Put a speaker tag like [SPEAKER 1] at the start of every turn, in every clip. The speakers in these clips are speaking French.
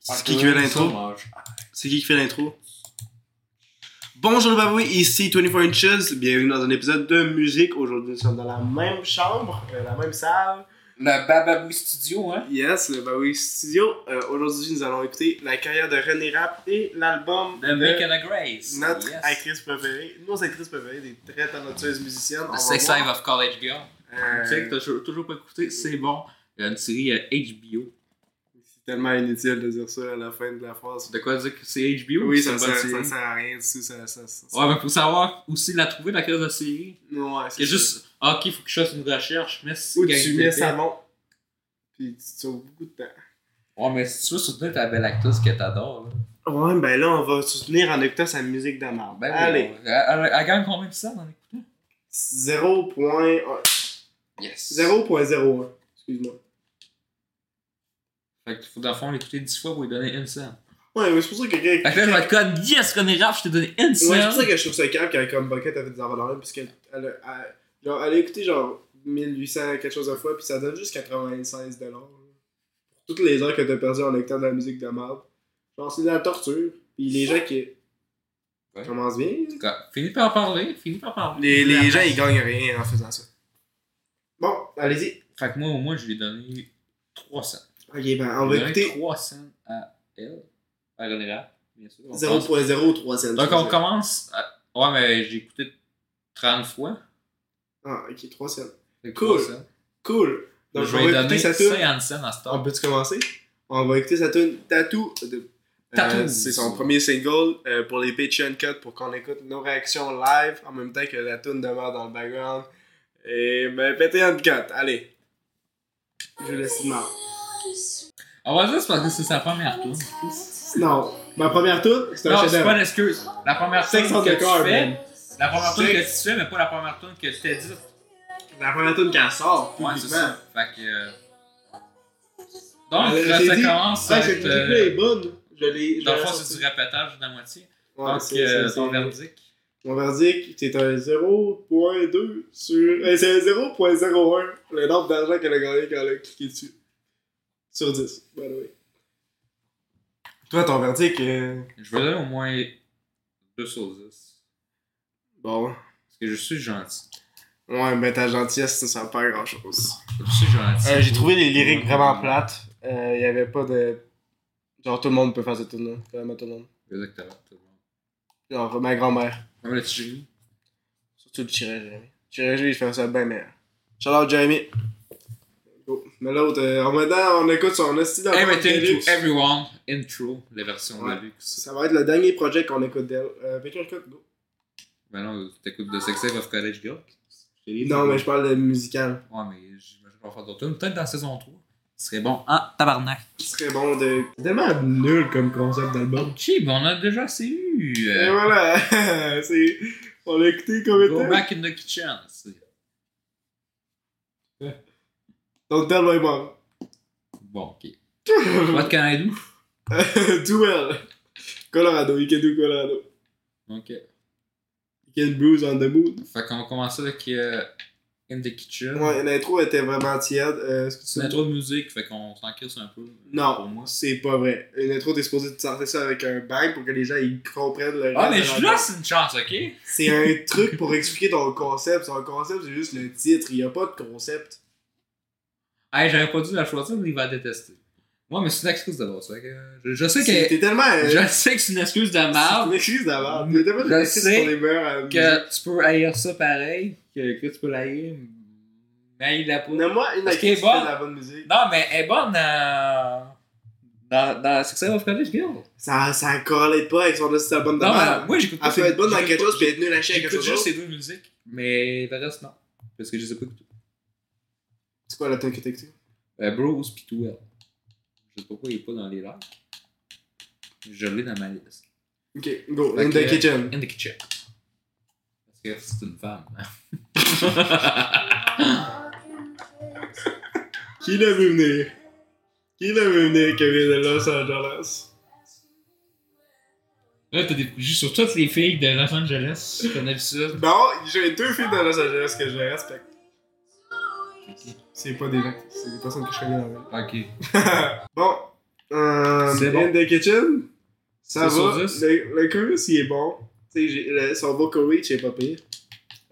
[SPEAKER 1] C'est qui qui fait l'intro? C'est qui qui fait l'intro? Bonjour Baboué, ici 24 Inches. Bienvenue dans un épisode de musique. Aujourd'hui, nous sommes dans la même chambre, euh, la même salle.
[SPEAKER 2] Le Bababou Studio, hein?
[SPEAKER 1] Yes, le Baboué Studio. Euh, Aujourd'hui, nous allons écouter la carrière de René Rapp et l'album
[SPEAKER 2] The Make and a Grace.
[SPEAKER 1] notre
[SPEAKER 2] Yes.
[SPEAKER 1] actrice préférée, nos actrices préférées, des très talentueuses musiciennes. On
[SPEAKER 2] The
[SPEAKER 1] va
[SPEAKER 2] Sex
[SPEAKER 1] voir.
[SPEAKER 2] Life of College Girl.
[SPEAKER 1] Euh,
[SPEAKER 2] Tu sais que t'as toujours, toujours pas écouté, c'est bon. Il y a une série euh, HBO.
[SPEAKER 1] C'est tellement inutile de dire ça à la fin de la phrase.
[SPEAKER 2] De quoi dire que c'est HBO?
[SPEAKER 1] Oui,
[SPEAKER 2] Ben c'est
[SPEAKER 1] ça,
[SPEAKER 2] une
[SPEAKER 1] ça,
[SPEAKER 2] bonne
[SPEAKER 1] ça,
[SPEAKER 2] série?
[SPEAKER 1] sert à rien du tout. Ça, ça, ça- ça-
[SPEAKER 2] Ouais, mais faut savoir aussi la trouver, la crise de série.
[SPEAKER 1] Ouais,
[SPEAKER 2] C'est juste, ah, ok, faut que je fasse une recherche, mais si
[SPEAKER 1] Ou
[SPEAKER 2] gang
[SPEAKER 1] tu
[SPEAKER 2] de
[SPEAKER 1] mets
[SPEAKER 2] tête.
[SPEAKER 1] savon. Puis tu te sauves beaucoup de temps.
[SPEAKER 2] Ouais, mais si tu veux soutenir ta belle actrice que t'adores, là.
[SPEAKER 1] Ouais, ben là, on va soutenir en écoutant sa musique d'amour.
[SPEAKER 2] Ben oui,
[SPEAKER 1] Allez,
[SPEAKER 2] bon. Elle, elle- elle gagne combien de cents en écoutant?
[SPEAKER 1] 0.01.
[SPEAKER 2] Yes.
[SPEAKER 1] 0.01. Excuse-moi.
[SPEAKER 2] Fait que faut dans le fond l'écouter 10 fois pour lui donner une cent.
[SPEAKER 1] Ouais, mais c'est pour ça que. que-
[SPEAKER 2] Fait que là, je vais être comme, yes, René Rapp, je t'ai donné une cent.
[SPEAKER 1] Ouais, c'est pour ça que je trouve ça calme quand comme Bucket avait des avant parce qu'elle elle, a- elle- genre, elle a écouté genre 1800 quelque chose de fois, puis ça donne juste 96 dollars. Pour toutes les heures que t'as perdu en écoutant de la musique de merde. Genre, c'est de la torture. Puis les gens qui.
[SPEAKER 2] Ouais.
[SPEAKER 1] Commence bien.
[SPEAKER 2] Quoi? Finis par parler, finis par parler.
[SPEAKER 1] Les, les
[SPEAKER 2] Vraiment.
[SPEAKER 1] gens, ils gagnent rien en faisant ça. Bon, allez-y.
[SPEAKER 2] Fait que moi, au moins, je lui ai donné 300.
[SPEAKER 1] Ok, ben, on va
[SPEAKER 2] Je lui ai donné
[SPEAKER 1] écouter
[SPEAKER 2] 300 à elle. À René Rapp, bien sûr. On commence-
[SPEAKER 1] 0.03 cents.
[SPEAKER 2] Donc, on commence. à- Ouais, mais j'ai écouté 30 fois.
[SPEAKER 1] Ah, ok, 3 cents.
[SPEAKER 2] Fait que
[SPEAKER 1] Cool.
[SPEAKER 2] 300.
[SPEAKER 1] Cool. Donc,
[SPEAKER 2] je
[SPEAKER 1] on
[SPEAKER 2] vais
[SPEAKER 1] va écouter Ah
[SPEAKER 2] donner
[SPEAKER 1] sa tune.
[SPEAKER 2] 50 cents à ce
[SPEAKER 1] On
[SPEAKER 2] temps.
[SPEAKER 1] peut-tu commencer? On va écouter sa tune Tattoo. De... euh,
[SPEAKER 2] Tattoo.
[SPEAKER 1] c'est son premier single euh, pour les Patreon Cut pour qu'on écoute nos réactions live en même temps que la tune demeure dans le background. Et ben, Patreon Cut, allez. Je laisse marre.
[SPEAKER 2] On va juste parce que Ah c'est sa première tour.
[SPEAKER 1] Non, ma première tune, c'est un
[SPEAKER 2] Non, c'est pas
[SPEAKER 1] chef-d'œuvre.
[SPEAKER 2] une excuse. La première tour
[SPEAKER 1] Sex on the
[SPEAKER 2] que
[SPEAKER 1] car,
[SPEAKER 2] tu fais,
[SPEAKER 1] man.
[SPEAKER 2] la première tour que
[SPEAKER 1] Sex.
[SPEAKER 2] tu fais, mais pas la première tour que tu t'es dit.
[SPEAKER 1] La première tune qu'elle sort,
[SPEAKER 2] Ouais, c'est
[SPEAKER 1] publiquement.
[SPEAKER 2] ça. Fait que. euh, Donc,
[SPEAKER 1] Euh,
[SPEAKER 2] là,
[SPEAKER 1] j'ai
[SPEAKER 2] ça
[SPEAKER 1] dit,
[SPEAKER 2] commence à
[SPEAKER 1] Ah, cette
[SPEAKER 2] être.
[SPEAKER 1] clip-là
[SPEAKER 2] euh,
[SPEAKER 1] est bonne. Je l'ai. je
[SPEAKER 2] Dans le
[SPEAKER 1] l'ai
[SPEAKER 2] fond,
[SPEAKER 1] sorti.
[SPEAKER 2] c'est du répétage de la moitié.
[SPEAKER 1] Ouais,
[SPEAKER 2] Donc,
[SPEAKER 1] c'est-
[SPEAKER 2] euh,
[SPEAKER 1] c'est-
[SPEAKER 2] ton
[SPEAKER 1] c'est-
[SPEAKER 2] verdict.
[SPEAKER 1] Mon verdict, c'est un 0.2 sur. euh, c'est un 0.01 le nombre d'argent qu'elle a gagné quand elle a cliqué dessus. Sur 10, by the way. Toi, ton verdict. euh,
[SPEAKER 2] Je vais donner au moins 2 sur 10. Parce
[SPEAKER 1] Bon.
[SPEAKER 2] que je suis gentil.
[SPEAKER 1] Ouais, mais ta gentillesse, ça sert pas à grand chose.
[SPEAKER 2] Je suis gentil.
[SPEAKER 1] Euh, J'ai trouvé les lyriques vraiment plates. Il y avait pas de. Genre, tout le monde peut faire ça, tout le monde. Vraiment tout le monde.
[SPEAKER 2] Exactement. tout le monde.
[SPEAKER 1] Genre, ma grand-mère.
[SPEAKER 2] Non, mais là, tu joues.
[SPEAKER 1] Surtout le Chiré Jérémy. Chiré Jérémy, je fais ça bien meilleur. Shout out Jérémy. Go. Mais l'autre, euh, en maintenant, on écoute son hostie dans
[SPEAKER 2] Everything to everyone, intro, la version
[SPEAKER 1] Ouais.
[SPEAKER 2] de luxe.
[SPEAKER 1] Ça va être le dernier projet qu'on écoute d'elle. Euh, fait qu'on écoute, go.
[SPEAKER 2] Maintenant, t'écoutes The Sex Life of College Girl. Je l'ai dit.
[SPEAKER 1] Non, mais je parle de musical.
[SPEAKER 2] Ouais, mais j'imagine qu'on va faire d'autres tunes. Peut-être dans la saison 3. Ce serait bon. Ah, tabarnak.
[SPEAKER 1] Ce serait bon de. C'est tellement nul comme concept d'album.
[SPEAKER 2] Ok, ben on a déjà assez eu.
[SPEAKER 1] Et
[SPEAKER 2] euh,
[SPEAKER 1] voilà, c'est. On l'a écouté combien de
[SPEAKER 2] Go
[SPEAKER 1] temps?
[SPEAKER 2] back in the kitchen. c'est-
[SPEAKER 1] Donc, tellement est mort.
[SPEAKER 2] Bon, ok. What can I do?
[SPEAKER 1] Duel. Colorado, you can do Colorado.
[SPEAKER 2] Ok.
[SPEAKER 1] You can bruise on the moon.
[SPEAKER 2] Fait qu'on va commencer avec euh, In the Kitchen.
[SPEAKER 1] Ouais, l'intro était vraiment tiède. Euh, est-ce que tu-
[SPEAKER 2] C'est une intro de musique, fait qu'on s'en crisse un peu. euh,
[SPEAKER 1] Non.
[SPEAKER 2] Pour moi.
[SPEAKER 1] C'est pas vrai. Une intro, t'es supposé te sortir ça avec un bang pour que les gens ils comprennent le
[SPEAKER 2] Ah,
[SPEAKER 1] reste
[SPEAKER 2] mais
[SPEAKER 1] de
[SPEAKER 2] je suis
[SPEAKER 1] l'album.
[SPEAKER 2] là, c'est une chance, ok?
[SPEAKER 1] C'est un truc pour expliquer ton concept. Son concept, c'est juste le titre. Il n'y a pas de concept.
[SPEAKER 2] Hey, j'aurais pas dû la choisir, mais il va la détester. Moi, mais c'est une excuse d'abord, ça. fait que euh, Je, je sais
[SPEAKER 1] C'est-
[SPEAKER 2] que.
[SPEAKER 1] T'es tellement. euh,
[SPEAKER 2] Je sais que c'est une excuse de
[SPEAKER 1] C'est
[SPEAKER 2] merde,
[SPEAKER 1] une excuse d'abord. T'es tellement
[SPEAKER 2] Je
[SPEAKER 1] détesté
[SPEAKER 2] sais
[SPEAKER 1] pour les meurs à la musique.
[SPEAKER 2] que tu peux haïr ça pareil, que, que tu peux l'haïr, mais il la peau.
[SPEAKER 1] Donne-moi une
[SPEAKER 2] Parce
[SPEAKER 1] actrice qui
[SPEAKER 2] qu'elle
[SPEAKER 1] fait
[SPEAKER 2] est bonne.
[SPEAKER 1] de la bonne musique.
[SPEAKER 2] Non, mais elle est bonne dans. Dans, dans Success of College Girl. Non,
[SPEAKER 1] Ça, ça corrélate pas avec son petit album de
[SPEAKER 2] mais
[SPEAKER 1] merde.
[SPEAKER 2] moi, j'écoute
[SPEAKER 1] Elle peut être bonne dans
[SPEAKER 2] j'écoute
[SPEAKER 1] quelque
[SPEAKER 2] pas-
[SPEAKER 1] chose puis être nulle à chier à quelque
[SPEAKER 2] J'écoute
[SPEAKER 1] chose.
[SPEAKER 2] juste
[SPEAKER 1] d'autre.
[SPEAKER 2] ces deux musiques, mais le reste, non. Parce que je les ai pas écoutées.
[SPEAKER 1] C'est quoi la tune que t'as écoutée
[SPEAKER 2] Euh, Bros pis Twell. Je sais pas pourquoi il est pas dans les lacs. Je l'ai dans ma liste.
[SPEAKER 1] Ok, go.
[SPEAKER 2] Fait
[SPEAKER 1] In
[SPEAKER 2] que-
[SPEAKER 1] the kitchen.
[SPEAKER 2] In the kitchen. Parce que c'est une femme. hein.
[SPEAKER 1] Qui l'a vu venir Qui l'a vu venir Kevin de Los Angeles
[SPEAKER 2] Là, t'as des préjugés sur toutes les filles de Los Angeles. Je connais le sud.
[SPEAKER 1] Bon, j'ai deux filles de Los Angeles que je respecte. C'est pas des gens, c'est des personnes que je connais dans la vie.
[SPEAKER 2] Ok.
[SPEAKER 1] Bon, Euh,
[SPEAKER 2] C'est
[SPEAKER 1] In the Kitchen, ça
[SPEAKER 2] C'est
[SPEAKER 1] va.
[SPEAKER 2] sur dix?
[SPEAKER 1] Le, le chorus, il est bon. Tu sais, j'ai- le- son vocal reach est pas pire.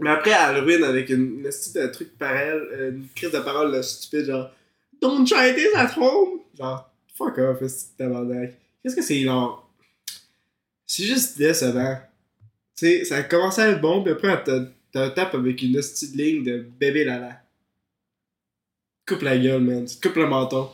[SPEAKER 1] Mais après, elle ruine avec une, une petite de truc parallèle, euh, une crise de parole là, stupide, genre Don't try this at home! Genre, fuck off, c'est tabarnak. Qu'est-ce que c'est, genre. C'est juste décevant. Tu sais, ça commençait à être bon, puis après, elle te- te tape avec une petite ligne de bébé lala. Coupe la gueule, man. Tu te coupes le menton.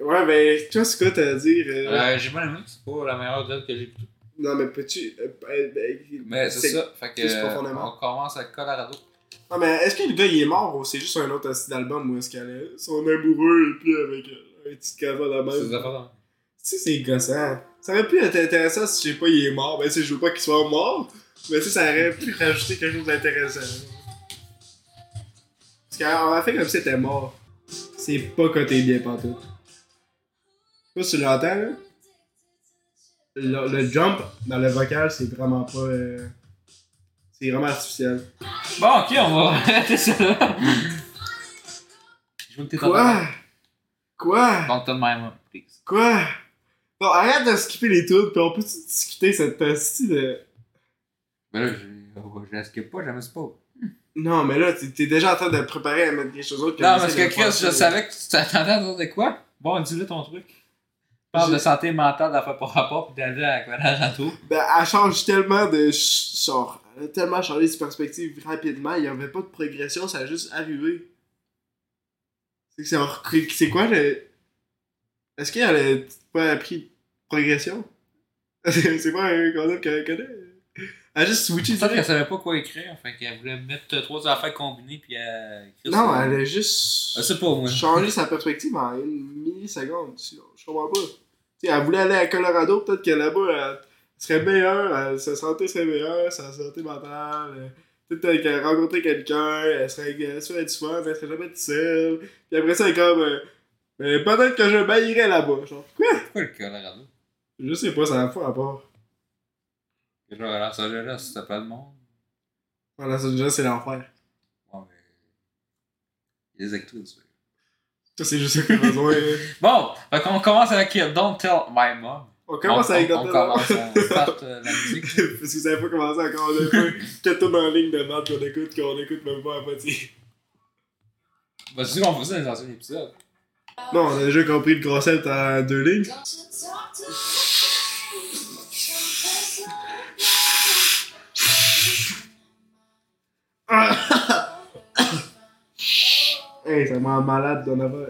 [SPEAKER 1] ouais, ben, toi, c'est quoi t'as à dire? euh,
[SPEAKER 2] Euh, j'ai pas aimé, c'est pas la meilleure note que j'ai écoutée.
[SPEAKER 1] Non, mais peux-tu. euh, euh, euh,
[SPEAKER 2] Mais c'est
[SPEAKER 1] C'est-
[SPEAKER 2] ça, fait que
[SPEAKER 1] plus
[SPEAKER 2] euh,
[SPEAKER 1] profondément.
[SPEAKER 2] on commence à Colorado.
[SPEAKER 1] Non, mais est-ce que le gars, il est mort ou c'est juste un autre style d'album où est-ce qu'elle est son amoureux et puis avec euh, un petit cava la
[SPEAKER 2] C'est des
[SPEAKER 1] même?
[SPEAKER 2] affaires de-
[SPEAKER 1] Tu sais, c'est gossant. Ça aurait pu être intéressant si, je sais pas, il est mort. Ben, tu sais, je veux pas qu'il soit mort, mais tu sais, ça aurait pu rajouter quelque chose d'intéressant. Parce qu'on a fait comme si c'était mort. C'est pas coté bien pantoute. Je sais pas si tu l'entends, là. Le, le jump dans le vocal, c'est vraiment pas. euh, C'est vraiment artificiel.
[SPEAKER 2] Bon, ok, on va arrêter ça là. Je veux que t'es
[SPEAKER 1] Quoi? Quoi?
[SPEAKER 2] Donc, t'as de même, hein, please.
[SPEAKER 1] Quoi? Bon, arrête de skipper les trucs, puis on peut discuter cette partie de...
[SPEAKER 2] Ben là, je, oh, je la skip pas, j'aime pas. Non,
[SPEAKER 1] Non, mais là, t'es t'es déjà en train de préparer à mettre quelque chose d'autre.
[SPEAKER 2] parce que Chris, je savais que tu t'attendais à dire de quoi? Bon, dis-le ton truc. Parle de santé mentale d'affaires par rapport, puis d'aller à Colorado.
[SPEAKER 1] Ben, elle change tellement de... ch- genre, elle a tellement changé ses perspectives rapidement, il n'y avait pas de progression, ça a juste arrivé. C'est que c'est en recru- C'est quoi le... Est-ce qu'elle a pas appris de progression? c'est pas un concept qu'elle connaît? Elle a juste switché
[SPEAKER 2] Peut-être
[SPEAKER 1] direct.
[SPEAKER 2] qu'elle savait pas quoi écrire, hein, fait qu'elle voulait mettre trois affaires combinées, puis elle. Chris, euh,
[SPEAKER 1] Non,
[SPEAKER 2] elle.
[SPEAKER 1] elle a juste...
[SPEAKER 2] Ah, c'est pas moi.
[SPEAKER 1] changer sa perspective en une milliseconde. sinon, Je comprends pas. T'sais, elle voulait aller à Colorado, peut-être que là-bas, elle serait meilleure, elle- sa santé serait meilleure, sa santé mentale. euh, Peut-être euh, qu'elle rencontrait quelqu'un, elle serait, elle serait du fun, elle serait jamais toute seule. Puis après ça, elle est comme. euh, Euh, peut-être que je baillerais là-bas. Genre, quoi
[SPEAKER 2] Pourquoi le Colorado?
[SPEAKER 1] Je sais pas, ça n'a pas rapport.
[SPEAKER 2] Genre, à Los Angeles, c'était plein de monde.
[SPEAKER 1] Voilà, ça déjà, c'est l'enfer.
[SPEAKER 2] Bon, mais. Il y a des actrices, ouais.
[SPEAKER 1] Ça, c'est juste ça qu'on a besoin.
[SPEAKER 2] Bon, fait qu'on commence avec Don't Tell My Mom.
[SPEAKER 1] On commence
[SPEAKER 2] on,
[SPEAKER 1] avec
[SPEAKER 2] on, on commence, on start euh, la musique.
[SPEAKER 1] Parce que vous savez pas commencé encore une fois. Quatre tours en ligne de maths qu'on écoute, qu'on écoute même pas à moitié.
[SPEAKER 2] Vas-y, on fait ça dans un ancien épisode.
[SPEAKER 1] Non, on a déjà compris le concept à deux lignes. Ah! Hey, ça m'a malade d'en avoir.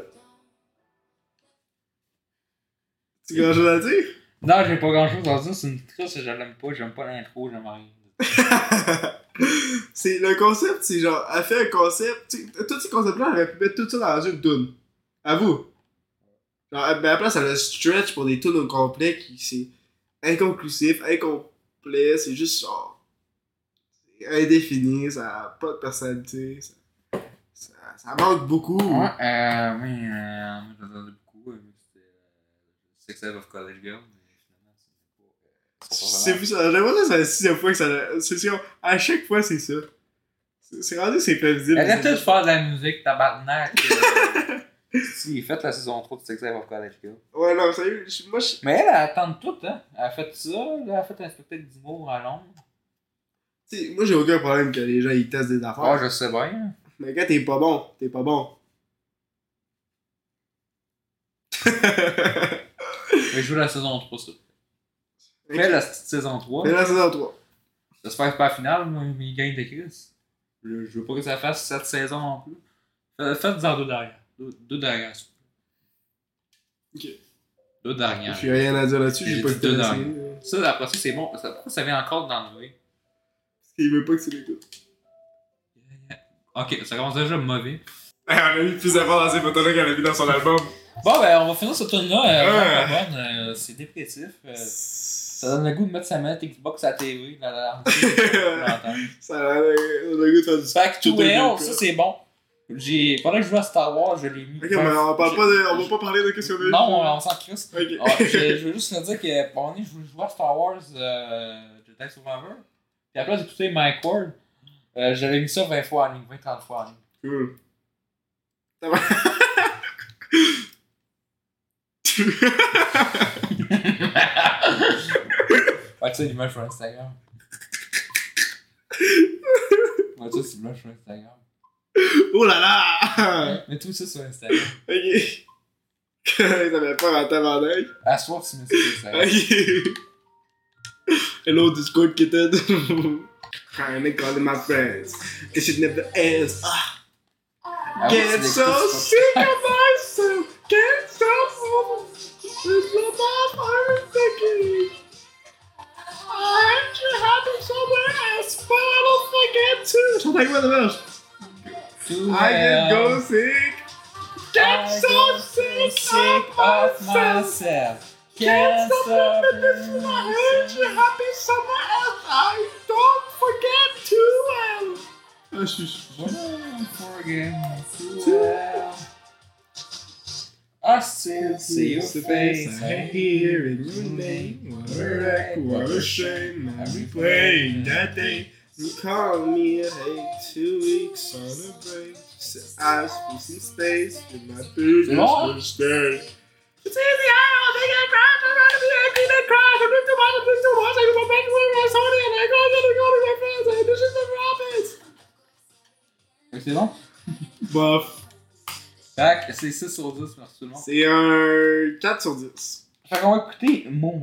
[SPEAKER 1] Tu grand chose à dire?
[SPEAKER 2] Non, j'ai pas grand chose à dire, c'est une triste, je l'aime pas, j'aime pas l'intro, j'aime rien.
[SPEAKER 1] c'est le concept, c'est genre, elle fait un concept. tu sais, Tous ces concepts-là, elle aurait pu mettre tout ça dans une tune. À vous. Genre, elle- ben, après, ça le stretch pour des tunes au complet qui c'est inconclusif, incomplet, c'est juste genre. c'est indéfini, ça a pas de personnalité, ça, ça, ça manque beaucoup.
[SPEAKER 2] Ouais, euh, oui, euh, moi j'entendais beaucoup, euh, c'était euh, Sex Life of College Girl, mais finalement, c'est pas. euh,
[SPEAKER 1] C'est
[SPEAKER 2] pas
[SPEAKER 1] plus ça. J'aimerais ça, c'est la sixième fois que ça. C'est sûr, à chaque fois, c'est ça. C'est- C'est rendu, c'est prévisible.
[SPEAKER 2] vraiment- Arrêtez de faire de la musique, tabarnak! euh. si, faites la saison 3 de Sex Life of College Girl.
[SPEAKER 1] Ouais, non, sérieux, je- moi, je-
[SPEAKER 2] Mais elle, elle attend de tout, hein. Elle a fait ça, là, elle a fait un spectacle d'humour à Londres.
[SPEAKER 1] tu sais, moi, j'ai aucun problème que les gens ils testent des affaires.
[SPEAKER 2] Ah, je sais bien.
[SPEAKER 1] Mais quand t'es pas bon, t'es pas bon. Fais
[SPEAKER 2] Mais je veux la saison 3, ça. Fais la petite saison 3.
[SPEAKER 1] la saison 3.
[SPEAKER 2] J'espère que c'est pas la finale, moi, mais il gagne de Chris. Je, je veux pas que ça fasse cette saison non plus. Faites- Faites-en deux derrière. Deux, deux derrière, s'il vous plaît.
[SPEAKER 1] Ok.
[SPEAKER 2] Deux derrière.
[SPEAKER 1] J'ai rien à dire là-dessus,
[SPEAKER 2] J'ai
[SPEAKER 1] j'ai pas
[SPEAKER 2] dit
[SPEAKER 1] le temps
[SPEAKER 2] deux
[SPEAKER 1] d'essayer.
[SPEAKER 2] Ça, après ça, c'est bon. parce que Pourquoi ça vient encore d'enlever
[SPEAKER 1] Il veut pas que tu l'écoutes.
[SPEAKER 2] Ok, ça commence déjà mauvais.
[SPEAKER 1] On a mis plus d'efforts dans ces photos-là qu'elle a mis dans son album.
[SPEAKER 2] Bon, ben, on va finir ce tourne
[SPEAKER 1] Ah.
[SPEAKER 2] là c'est dépressif. euh, ça donne le goût de mettre sa manette Xbox à la TV. Dans la... dans l'entendre.
[SPEAKER 1] Ça a l'air- on a le goût de faire du
[SPEAKER 2] Back to
[SPEAKER 1] Tout est
[SPEAKER 2] Hell,
[SPEAKER 1] bien,
[SPEAKER 2] ça
[SPEAKER 1] quoi.
[SPEAKER 2] c'est bon. J'ai... Pendant que je jouais à Star Wars, je l'ai mis.
[SPEAKER 1] Ok, mais on parle pas de. On va pas parler de qu'est-ce qu'on veut.
[SPEAKER 2] Non, on, on s'en crisse.
[SPEAKER 1] Ok.
[SPEAKER 2] Ah, je, je veux juste te dire que pendant que je jouais à Star Wars euh, Jedi Survivor, puis après j'écoutais Mike Ward, euh, j'avais mis ça 20 fois en Oh. ligne, 20-30 fois en ligne.
[SPEAKER 1] Cool. dessus.
[SPEAKER 2] Fait que ça, Ah, l'image sur Instagram. Ouais, ça, c'est l'image sur Instagram.
[SPEAKER 1] oh là là!
[SPEAKER 2] Mets tout ça sur Instagram.
[SPEAKER 1] ok. ça m'a pas rentré avant d'œil.
[SPEAKER 2] À ce soir, tu mets ça sur Instagram.
[SPEAKER 1] Ok. Hello, Discord kitten. Hi, I'm calling my friends. This shit never ends. Ah,
[SPEAKER 2] Ah oui, tu
[SPEAKER 1] get
[SPEAKER 2] l'écoutes,
[SPEAKER 1] so
[SPEAKER 2] tu
[SPEAKER 1] sick of myself. Get so sick of myself. I'm too happy somewhere else, but I don't forget to. Chante avec moi, Dommage.
[SPEAKER 2] peux- tu
[SPEAKER 1] I get
[SPEAKER 2] l'aimes.
[SPEAKER 1] go sick. Get
[SPEAKER 2] I
[SPEAKER 1] so
[SPEAKER 2] get
[SPEAKER 1] sick of
[SPEAKER 2] sick of
[SPEAKER 1] myself.
[SPEAKER 2] myself.
[SPEAKER 1] Can't stop
[SPEAKER 2] stop
[SPEAKER 1] living this in my head.
[SPEAKER 2] myself.
[SPEAKER 1] You're happy somewhere else. I don't forget too well. Ah, je suis.
[SPEAKER 2] Don't forget to laugh. I still see your face.
[SPEAKER 1] I hear in your name. What a wreck, what a shame. I replayed that day. You called me a hate two weeks on a break. So I was losing space with my business
[SPEAKER 2] Lord.
[SPEAKER 1] first day. It's easy, I don't think I cried, I'm gonna be angry, I cried, I ripped the water, I ripped the water, I ripped my back, I ripped my soda, and I go, I gotta go to my friends, and this is never happens.
[SPEAKER 2] C'est bon?
[SPEAKER 1] Bof,
[SPEAKER 2] Fait que c'est 6 sur 10 merci tout le monde.
[SPEAKER 1] c'est un 4 sur 10.
[SPEAKER 2] Fait qu'on va écouter Moon.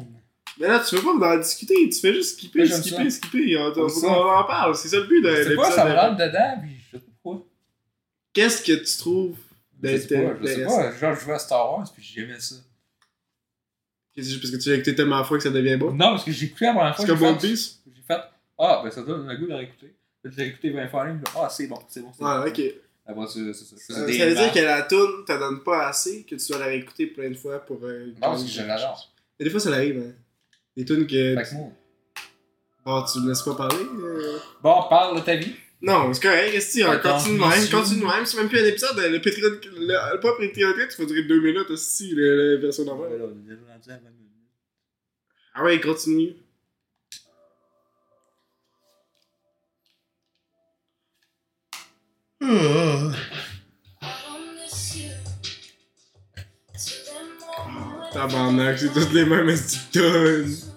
[SPEAKER 1] Mais là, tu veux pas en discuter, tu fais juste skipper,
[SPEAKER 2] Ouais, j'aime
[SPEAKER 1] skipper,
[SPEAKER 2] ça.
[SPEAKER 1] skipper. On, on-
[SPEAKER 2] J'aime ça.
[SPEAKER 1] on en parle, c'est ça le but de
[SPEAKER 2] C'est quoi,
[SPEAKER 1] Euh, l'épisode.
[SPEAKER 2] ça me
[SPEAKER 1] de-
[SPEAKER 2] rentre dedans, puis je sais pas pourquoi.
[SPEAKER 1] Qu'est-ce que tu trouves
[SPEAKER 2] Je
[SPEAKER 1] Ben,
[SPEAKER 2] sais pas, je sais
[SPEAKER 1] d'intéressant?
[SPEAKER 2] pas. Genre, je jouais à Star Wars, puis j'aimais ça.
[SPEAKER 1] Qu'est-ce que- Parce que tu l'as écouté tellement de fois que ça devient bon.
[SPEAKER 2] Non, parce que j'ai écouté la première fois.
[SPEAKER 1] C'est comme
[SPEAKER 2] j'ai
[SPEAKER 1] One
[SPEAKER 2] fait-
[SPEAKER 1] Piece.
[SPEAKER 2] J'ai fait, ah, ben ça donne le goût de réécouter. J'ai écouté 20 fois en ligne, ah, c'est bon, c'est bon. c'est
[SPEAKER 1] Ah,
[SPEAKER 2] bon.
[SPEAKER 1] ok.
[SPEAKER 2] Après, c'est c'est ça. bah.
[SPEAKER 1] Ça,
[SPEAKER 2] C'est
[SPEAKER 1] ça
[SPEAKER 2] des
[SPEAKER 1] veut dire
[SPEAKER 2] images.
[SPEAKER 1] que la toune te donne pas assez, que tu dois la réécouter plein de fois pour. euh,
[SPEAKER 2] Non, parce que je l'adore.
[SPEAKER 1] Mais des fois, ça l'arrive, hein. Des tunes que.
[SPEAKER 2] Fait que Moon.
[SPEAKER 1] Bon, tu me laisses pas parler. euh.
[SPEAKER 2] Bon, parle de ta vie.
[SPEAKER 1] Non, c'est correct, qu'est-ce que tu-
[SPEAKER 2] Attends,
[SPEAKER 1] Continue de même,
[SPEAKER 2] monsieur.
[SPEAKER 1] continue de même. C'est même plus un épisode. euh, Le Patreon. Le, le pas Patreon, il faut durer deux minutes aussi, le- la version normale.
[SPEAKER 2] Voilà, on est déjà rendu à 20 minutes.
[SPEAKER 1] Ah ouais, continue.
[SPEAKER 3] Tabarnak, c'est toutes les mêmes
[SPEAKER 1] tonnes.
[SPEAKER 3] astuces.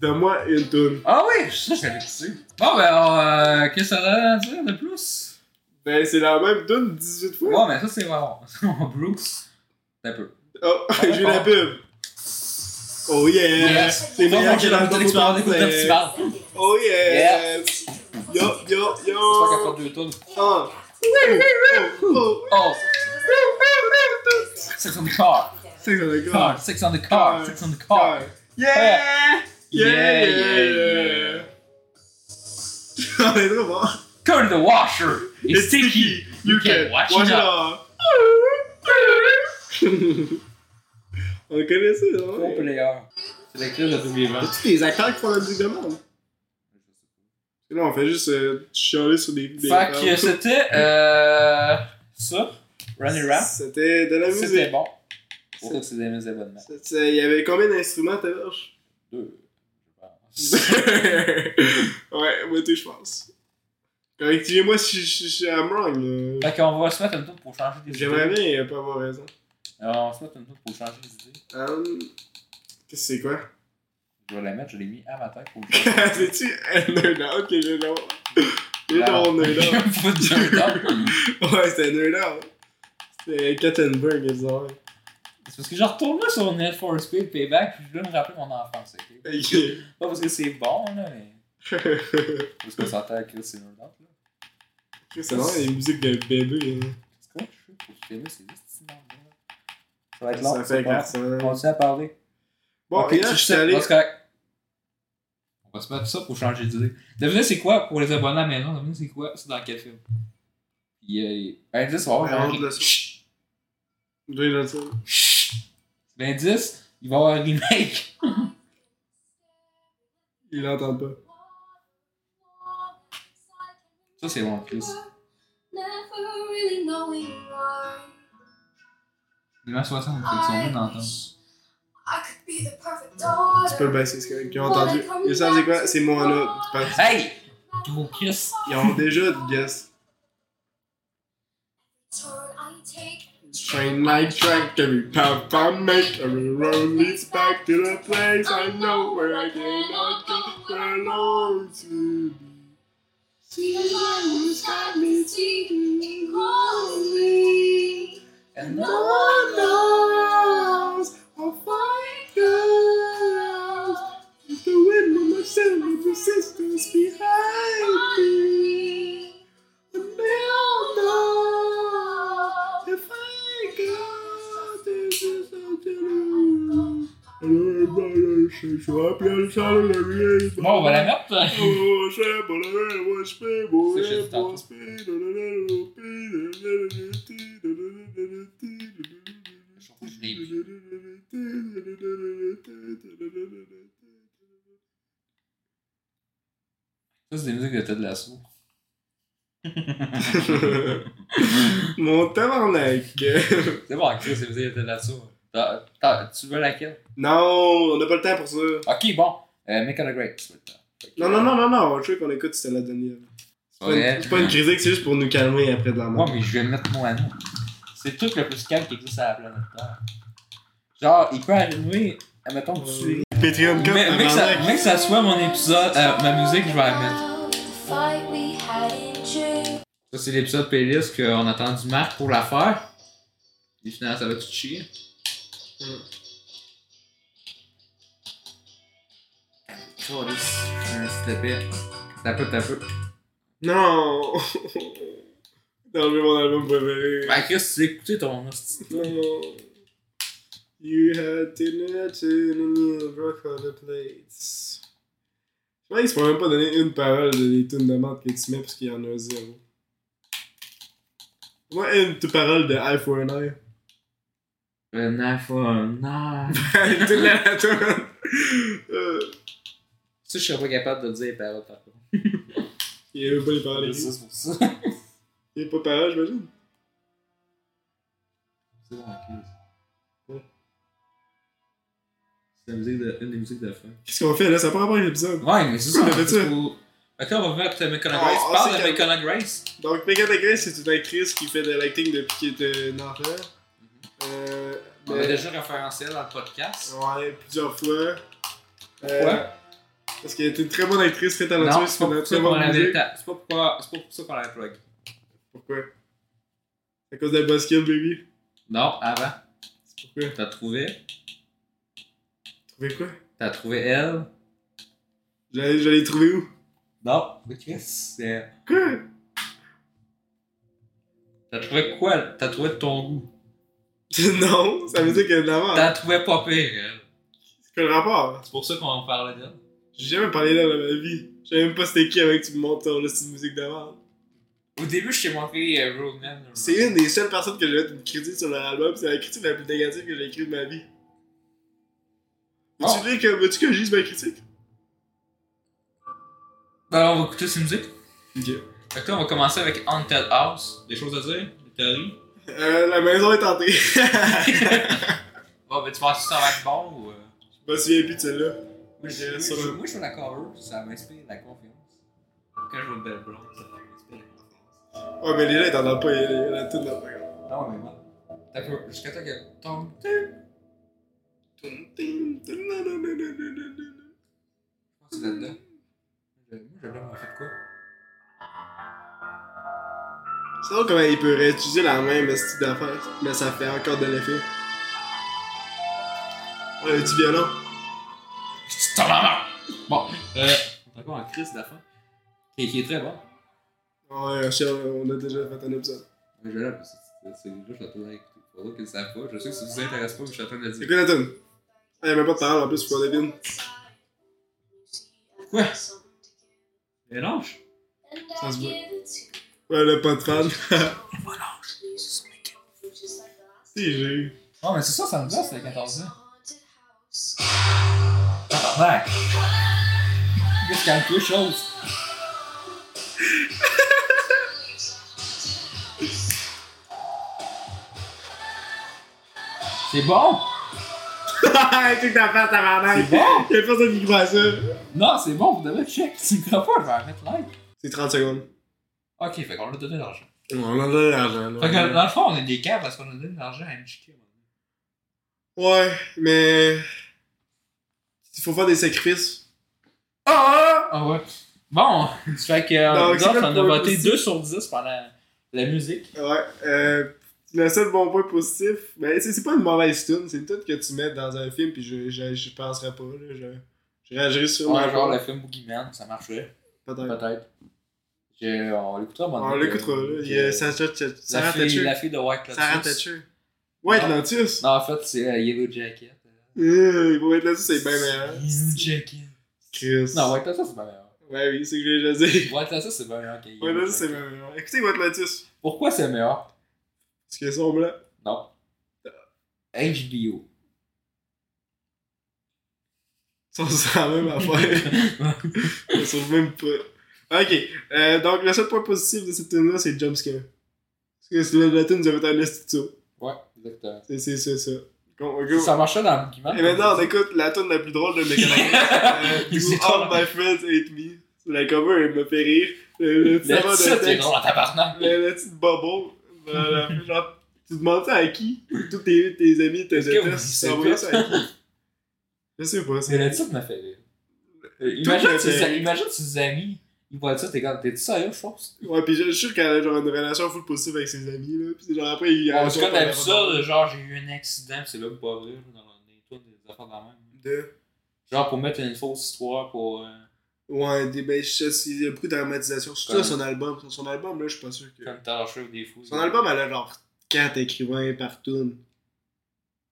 [SPEAKER 1] Donne-moi une tonne.
[SPEAKER 2] Ah oui, ça, je l'avais écouté. Bon, ben, alors, euh, qu'est-ce que ça donne à dire de plus?
[SPEAKER 1] Ben, c'est la même tonne 18 fois.
[SPEAKER 2] Ouais, mais ça, c'est marrant. Brooks, un peu.
[SPEAKER 1] Oh,
[SPEAKER 2] Ouais,
[SPEAKER 1] j'ai eu la
[SPEAKER 2] bon.
[SPEAKER 1] pub. Oh yeah!
[SPEAKER 2] Yes.
[SPEAKER 1] C'est meilleur
[SPEAKER 2] je
[SPEAKER 1] que la
[SPEAKER 2] vais l'explorer des coups de
[SPEAKER 1] tonne.
[SPEAKER 2] festival.
[SPEAKER 1] Oh yeah! Yo, yo,
[SPEAKER 2] C'est pas qu'à
[SPEAKER 1] yo!
[SPEAKER 2] faire deux tours.
[SPEAKER 1] Oh! Oh!
[SPEAKER 2] Oh,
[SPEAKER 1] Oh!
[SPEAKER 2] six on the car.
[SPEAKER 1] C'est ça, le gars.
[SPEAKER 2] Car, six on the car, six on the car.
[SPEAKER 1] Yeah! Yeah!
[SPEAKER 2] Yeah,
[SPEAKER 1] Yeah!
[SPEAKER 2] yeah,
[SPEAKER 1] yeah. On est trop bon.
[SPEAKER 2] Go to the washer. It's sticky. You can wash it
[SPEAKER 1] off. On connaît ça, non?
[SPEAKER 2] Gros player. C'est l'actrice de tous les vents.
[SPEAKER 1] Y'a-tu des acteurs qui font la musique de monde? Non, on fait juste euh, chialer sur des des
[SPEAKER 2] Fait que
[SPEAKER 1] paroles.
[SPEAKER 2] c'était euh, ça, Runny Rap.
[SPEAKER 1] C'était de la
[SPEAKER 2] C'était
[SPEAKER 1] musique.
[SPEAKER 2] bon. Pour ça que c'est des mes abonnements.
[SPEAKER 1] C'était- Il y avait combien d'instruments, ta vache?
[SPEAKER 2] Deux, je pense.
[SPEAKER 1] ouais, moi, tu je pense. Correctez-moi si je suis wrong. euh.
[SPEAKER 2] Fait qu'on va se mettre une toute pour changer des idées.
[SPEAKER 1] J'aimerais bien euh, pas avoir raison.
[SPEAKER 2] Alors, on va se mettre une toute pour changer des idées.
[SPEAKER 1] Hum, Qu'est-ce que c'est quoi?
[SPEAKER 2] Je vais la mettre, je l'ai mis à ma tête pour le
[SPEAKER 1] C'est-tu un nerd out que j'ai là? J'ai ton nerd out.
[SPEAKER 2] Faut dire non.
[SPEAKER 1] Ouais, c'était nerd out. C'était Kattenberg, disons.
[SPEAKER 2] C'est parce que je retourne là sur Need for Speed Payback, puis je voulais me rappeler mon enfance. ok?
[SPEAKER 1] Ok.
[SPEAKER 2] Pas parce que c'est bon, là, mais. Parce qu'on s'entend que c'est nul d'autre, là.
[SPEAKER 1] C'est vraiment des musiques de bébé. hein.
[SPEAKER 2] C'est quoi, je sais, pour que t'aimes, c'est juste si bon, là. Ça va être long,
[SPEAKER 1] Ça fait
[SPEAKER 2] pas- on
[SPEAKER 1] garçon.
[SPEAKER 2] continue à parler.
[SPEAKER 1] Bon,
[SPEAKER 2] Ok,
[SPEAKER 1] et là,
[SPEAKER 2] tu
[SPEAKER 1] je suis
[SPEAKER 2] sais,
[SPEAKER 1] allé.
[SPEAKER 2] non, c'est correct. On va se mettre ça pour changer d'idée. Devinez c'est quoi pour les abonnés à la maison, devinez c'est quoi, c'est dans quel film. Puis, euh, L'indice, on va
[SPEAKER 1] Ouais,
[SPEAKER 2] avoir
[SPEAKER 1] on te le
[SPEAKER 2] un
[SPEAKER 1] saute.
[SPEAKER 2] Chut,
[SPEAKER 1] Dwayne Johnson.
[SPEAKER 2] chut. L'indice, Ben, il va y avoir un remake.
[SPEAKER 1] Il l'entend pas.
[SPEAKER 2] Ça, c'est bon, Chris. Il m'a 60, fait que son nom d'entendre.
[SPEAKER 1] Tu peux le baisser, c'est correct. Ils ont entendu. Ils savent c'est quoi? C'est moi là. Tu penses-
[SPEAKER 2] Hey! Gros Chris!
[SPEAKER 1] Ils ont déjà du guess. Train like track, every path I make, every road leads back to the place I know where I cannot go, where I long to be. See the light in the sky, me seeking and calling. And no one knows how far it goes. With the wind and the sound of the sisters behind me. And they'll know if I go, this is a general. Everybody shakes up, you're the sound of the rain.
[SPEAKER 2] Bon, on va la mettre. Ça, c'est des musiques de Ted Lasso.
[SPEAKER 1] Mon tabarnak!
[SPEAKER 2] C'est bon, Chris, c'est des musiques de Ted Lasso. T'as- t'as- Tu veux laquelle?
[SPEAKER 1] Non, on n'a pas le temps pour ça.
[SPEAKER 2] Ok, bon. Euh, Make on a Great. c'est le temps. Fait que-
[SPEAKER 1] Non, non, non, non, non, le truc qu'on écoute, c'était la dernière. C'est pas une-
[SPEAKER 2] Ouais.
[SPEAKER 1] c'est pas une critique, c'est juste pour nous calmer après de la
[SPEAKER 2] Moi,
[SPEAKER 1] mort.
[SPEAKER 2] mais je vais mettre mon anneau. C'est le truc le plus calme qui existe à la planète Terre. Genre, il peut arriver, admettons que tu.
[SPEAKER 1] Patreon Cup,
[SPEAKER 2] Mais, mais, que ça, mais que ça soit mon épisode, euh, ma musique, je vais la mettre. Ça, c'est l'épisode playlist qu'on a attendu Marc pour la faire. Et finalement, ça va tout chier. Un petit épée. T'as peu, t'as peu.
[SPEAKER 1] Non! T'as enlevé mon album préféré.
[SPEAKER 2] Bah, Chris, tu l'as écouté ton hostie.
[SPEAKER 1] No. You had dinner too, and you broke all the plates. Je pense qu'ils se font même pas donner une parole de les tunes de merde que tu mets parce qu'il y en a zéro. Moi, une toute parole de Eye for an Eye.
[SPEAKER 2] Un iPhone.
[SPEAKER 1] Une tune de la toune. Euh,
[SPEAKER 2] Ça, je serais pas capable de dire les paroles par contre.
[SPEAKER 1] Il y avait pas les paroles écrites.
[SPEAKER 2] C'est pour ça. C'est
[SPEAKER 1] Il y avait pas de paroles, j'imagine.
[SPEAKER 2] bon, Chris. C'est la musique de, une des musiques de la fin.
[SPEAKER 1] Qu'est-ce qu'on fait là? Ça n'a pas rapport à l'épisode.
[SPEAKER 2] Ouais, mais c'est ça.
[SPEAKER 1] Cool, on fait
[SPEAKER 2] c'est
[SPEAKER 1] ça.
[SPEAKER 2] pour- Ok, on va mettre McConnell
[SPEAKER 1] Ah,
[SPEAKER 2] Grace.
[SPEAKER 1] ah,
[SPEAKER 2] Parle
[SPEAKER 1] c'est
[SPEAKER 2] de McConnell Grace.
[SPEAKER 1] Donc, Megan Grace, c'est une actrice qui fait de l'acting depuis qu'elle était une enfant. Euh,
[SPEAKER 2] On
[SPEAKER 1] mais-
[SPEAKER 2] a déjà référencé elle dans le podcast.
[SPEAKER 1] Ouais, plusieurs fois. Euh,
[SPEAKER 2] Pourquoi?
[SPEAKER 1] Parce qu'elle était une très bonne actrice, très
[SPEAKER 2] Non,
[SPEAKER 1] talentueuse,
[SPEAKER 2] c'est
[SPEAKER 1] faisait
[SPEAKER 2] pas pour
[SPEAKER 1] une
[SPEAKER 2] ça
[SPEAKER 1] très
[SPEAKER 2] qu'on
[SPEAKER 1] bonne
[SPEAKER 2] l'avait
[SPEAKER 1] musique.
[SPEAKER 2] ta- c'est pas pourquoi- c'est pas pour ça qu'on l'avait plug.
[SPEAKER 1] Pourquoi À cause de Buzzkill, baby.
[SPEAKER 2] Non, avant.
[SPEAKER 1] C'est pourquoi
[SPEAKER 2] T'as trouvé.
[SPEAKER 1] Trouvé quoi
[SPEAKER 2] T'as trouvé elle.
[SPEAKER 1] J'allais j'allais trouver où
[SPEAKER 2] Non. Mais Chris, c'est.
[SPEAKER 1] Quoi
[SPEAKER 2] T'as trouvé quoi? T'as trouvé de ton goût.
[SPEAKER 1] Non, ça veut dire qu'elle est de l'avant.
[SPEAKER 2] T'as trouvé pas pire, elle.
[SPEAKER 1] C'est quoi le rapport
[SPEAKER 2] C'est pour ça qu'on en parlait d'elle.
[SPEAKER 1] J'ai jamais parlé d'elle dans ma vie. Je savais même pas c'était qui avec que tu me montres ton style de musique d'avant.
[SPEAKER 2] Au début, je t'ai montré euh, Roadman.
[SPEAKER 1] C'est une des seules personnes que j'ai fait une critique sur leur album, c'est la critique la plus négative que j'ai écrite de ma vie.
[SPEAKER 2] Oh.
[SPEAKER 1] Veux-tu dire que, veux-tu que je lise ma critique
[SPEAKER 2] Alors, Ben, on va écouter cette musique.
[SPEAKER 1] Ok.
[SPEAKER 2] Fait que là, on va commencer avec Haunted House. Des choses à dire? Des théories?
[SPEAKER 1] Euh, la maison est tentée.
[SPEAKER 2] Bon, ben, tu penses que ça va être bon ou. euh?
[SPEAKER 1] Je me souviens plus de celle-là.
[SPEAKER 2] Moi, je,
[SPEAKER 1] Euh,
[SPEAKER 2] moi,
[SPEAKER 1] sur
[SPEAKER 2] je-
[SPEAKER 1] le-
[SPEAKER 2] moi, je suis la cover, ça m'inspire la confiance. Quand je vois une belle blonde, ça m'inspire la confiance.
[SPEAKER 1] Ouais, Oh, mais les gens, ils t'en ont pas, il y a la toune là.
[SPEAKER 2] Non, mais moi, t'as peu, jusqu'à temps qu'elle tombe. C'est là-dedans. Je- Moi, je l'aime, en fait quoi
[SPEAKER 1] C'est drôle comment ils peuvent réutiliser la même style d'affaire, mais ça fait encore de l'effet. Ah, Ouais, le petit violon.
[SPEAKER 2] Tu t'en vas Bon, euh, on est encore en crise de la fin, qui, qui est très bon.
[SPEAKER 1] Ouais, je sais, on a déjà fait un épisode.
[SPEAKER 2] Mais je l'aime, parce que c'est- celui-là, je l'ai toujours écouté. Pour d'autres qui ne savent pas, je sais que ça vous intéresse pas, mais je suis en train de le
[SPEAKER 1] C'est
[SPEAKER 2] dire.
[SPEAKER 1] quoi la toune? Ah, y'a même pas de parole en plus, faut qu'on devine.
[SPEAKER 2] Quoi Mélange
[SPEAKER 1] Ça se voit. Ouais, le pas de fan. Si, j'ai eu.
[SPEAKER 2] Non, Ah, mais c'est ça, ça me gosse, les 14 ans. Tabarnak Qu'est-ce qu'il y a quelque chose C'est bon
[SPEAKER 1] Haha, truc d'affaire, tabarnak!
[SPEAKER 2] C'est bon
[SPEAKER 1] Y'a personne qui croit à ça.
[SPEAKER 2] Non, c'est bon, vous devez check. C'est quoi pas, je vais mettre like.
[SPEAKER 1] C'est 30 secondes.
[SPEAKER 2] Ok, fait qu'on a donné l'argent.
[SPEAKER 1] On a de l'argent, là.
[SPEAKER 2] Fait que, dans le fond, on est des caves parce qu'on a donné de l'argent à MJK.
[SPEAKER 1] Ouais, mais. Il faut faire des sacrifices.
[SPEAKER 2] Ah! Ah ouais. Bon, ça fait que euh,
[SPEAKER 1] Non,
[SPEAKER 2] nous
[SPEAKER 1] c'est
[SPEAKER 2] autres,
[SPEAKER 1] pas
[SPEAKER 2] on a
[SPEAKER 1] pour
[SPEAKER 2] voté
[SPEAKER 1] aussi.
[SPEAKER 2] 2 sur 10 pendant la, la musique.
[SPEAKER 1] Ouais. Euh, le seul bon point positif, ben, c'est c'est pas une mauvaise tune, c'est une tune que tu mets dans un film, puis je, je, je penserais pas, là. Je, je réagirais sur
[SPEAKER 2] Ouais, genre le film Boogeyman, ça marchait.
[SPEAKER 1] Peut-être.
[SPEAKER 2] Peut-être. Je- on l'écoutera, mon
[SPEAKER 1] On
[SPEAKER 2] ami,
[SPEAKER 1] l'écoutera,
[SPEAKER 2] euh,
[SPEAKER 1] là. Il y
[SPEAKER 2] euh,
[SPEAKER 1] a Sarah Thatcher.
[SPEAKER 2] la
[SPEAKER 1] Sarah
[SPEAKER 2] fille,
[SPEAKER 1] Thatcher.
[SPEAKER 2] la fille de White Lotus.
[SPEAKER 1] Sarah Thatcher. White
[SPEAKER 2] Non.
[SPEAKER 1] Lotus.
[SPEAKER 2] Non, en fait, c'est euh, Yellow Jacket.
[SPEAKER 1] Euh, White Lotus, c'est bien meilleur.
[SPEAKER 2] Yellow Jacket.
[SPEAKER 1] Chris.
[SPEAKER 2] Non, White Lotus, c'est pas meilleur.
[SPEAKER 1] Ouais, oui, c'est ce que j'ai déjà dit.
[SPEAKER 2] White Lotus, c'est pas meilleur que Yellow
[SPEAKER 1] White Lotus, c'est
[SPEAKER 2] Jacket.
[SPEAKER 1] bien meilleur. Écoutez White Lotus.
[SPEAKER 2] Pourquoi c'est meilleur
[SPEAKER 1] Parce qu'ils sont blancs.
[SPEAKER 2] Non. HBO.
[SPEAKER 1] Ils sont sur la même affaire. Ils sont même pas. Ok. Euh, donc, le seul point positif de cette tune-là, c'est le jumpscare. Parce que c'est la, la tune, nous avait un estito.
[SPEAKER 2] ouais, exactement.
[SPEAKER 1] C'est c'est ça, ça. Go, go.
[SPEAKER 2] Si
[SPEAKER 1] Eh ben
[SPEAKER 2] ça marchait dans Boogeyman.
[SPEAKER 1] Et maintenant, on écoute la tune la plus drôle de Mécanique. euh,
[SPEAKER 2] Il s'est
[SPEAKER 1] Do All My Friends Hate Me. La cover, elle me fait rire. Le, le petit
[SPEAKER 2] Le
[SPEAKER 1] savant de
[SPEAKER 2] titre est
[SPEAKER 1] texte.
[SPEAKER 2] drôle en tabarnak.
[SPEAKER 1] Le, le petit bobo. Euh, genre, tu demandes ça à qui Tous tes, tes amis te
[SPEAKER 2] Est-ce que vous
[SPEAKER 1] détestent.
[SPEAKER 2] savez
[SPEAKER 1] Tu envoies
[SPEAKER 2] pas?
[SPEAKER 1] ça à qui Je sais pas.
[SPEAKER 2] C'est
[SPEAKER 1] c'est-
[SPEAKER 2] le titre me fait rire. Euh, Imagine
[SPEAKER 1] me fait
[SPEAKER 2] tes,
[SPEAKER 1] rire.
[SPEAKER 2] imagine tes amis, ils voient ça, t'es comme, t'es-tu sérieux, je pense?
[SPEAKER 1] Ouais, pis je, je suis sûr qu'elle a genre une relation full positive avec ses amis, là. Pis genre après, il
[SPEAKER 2] En tout
[SPEAKER 1] retourne
[SPEAKER 2] cas, t'as
[SPEAKER 1] dans
[SPEAKER 2] vu
[SPEAKER 1] la-
[SPEAKER 2] ça, de genre, j'ai eu un accident, pis c'est là que pas vrai, dans les tours des affaires de la même.
[SPEAKER 1] De...
[SPEAKER 2] Genre, pour mettre une fausse histoire, pour. euh,
[SPEAKER 1] Ouais, des, ben, je sais, il y a beaucoup de dramatisation. Surtout
[SPEAKER 2] Comme-
[SPEAKER 1] à son album. Son, son album, là, je suis pas sûr que.
[SPEAKER 2] comme t'arracher des fous.
[SPEAKER 1] Son album, elle a genre 4 écrivains par tune.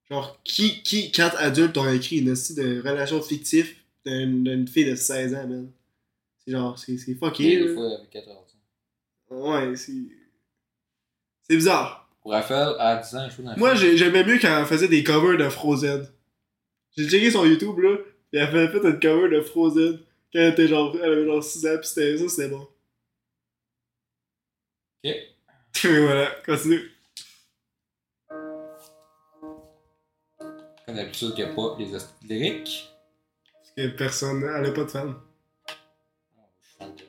[SPEAKER 1] Genre, qui, qui, 4 adultes ont écrit une hostie de relation fictive d'une d'une fille de 16 ans, man? C'est genre, c'est c'est fucké,
[SPEAKER 2] Des
[SPEAKER 1] là.
[SPEAKER 2] fois, avec 14 ans.
[SPEAKER 1] Ouais, c'est. C'est bizarre.
[SPEAKER 2] Pour Raphaël, à 10 ans, je joue dans
[SPEAKER 1] Moi,
[SPEAKER 2] j'ai.
[SPEAKER 1] j'ai- j'aimais mieux quand elle faisait des covers de Frozen. J'ai checké son YouTube, là, et elle avait fait une cover de Frozen quand elle, était genre, elle avait genre 6 ans, pis c'était ça, c'était bon.
[SPEAKER 2] Ok.
[SPEAKER 1] Mais voilà, continue.
[SPEAKER 2] Comme d'habitude, qu'il n'y a pas les astuces lyriques.
[SPEAKER 1] Parce que personne, elle a pas de fan.
[SPEAKER 3] I thought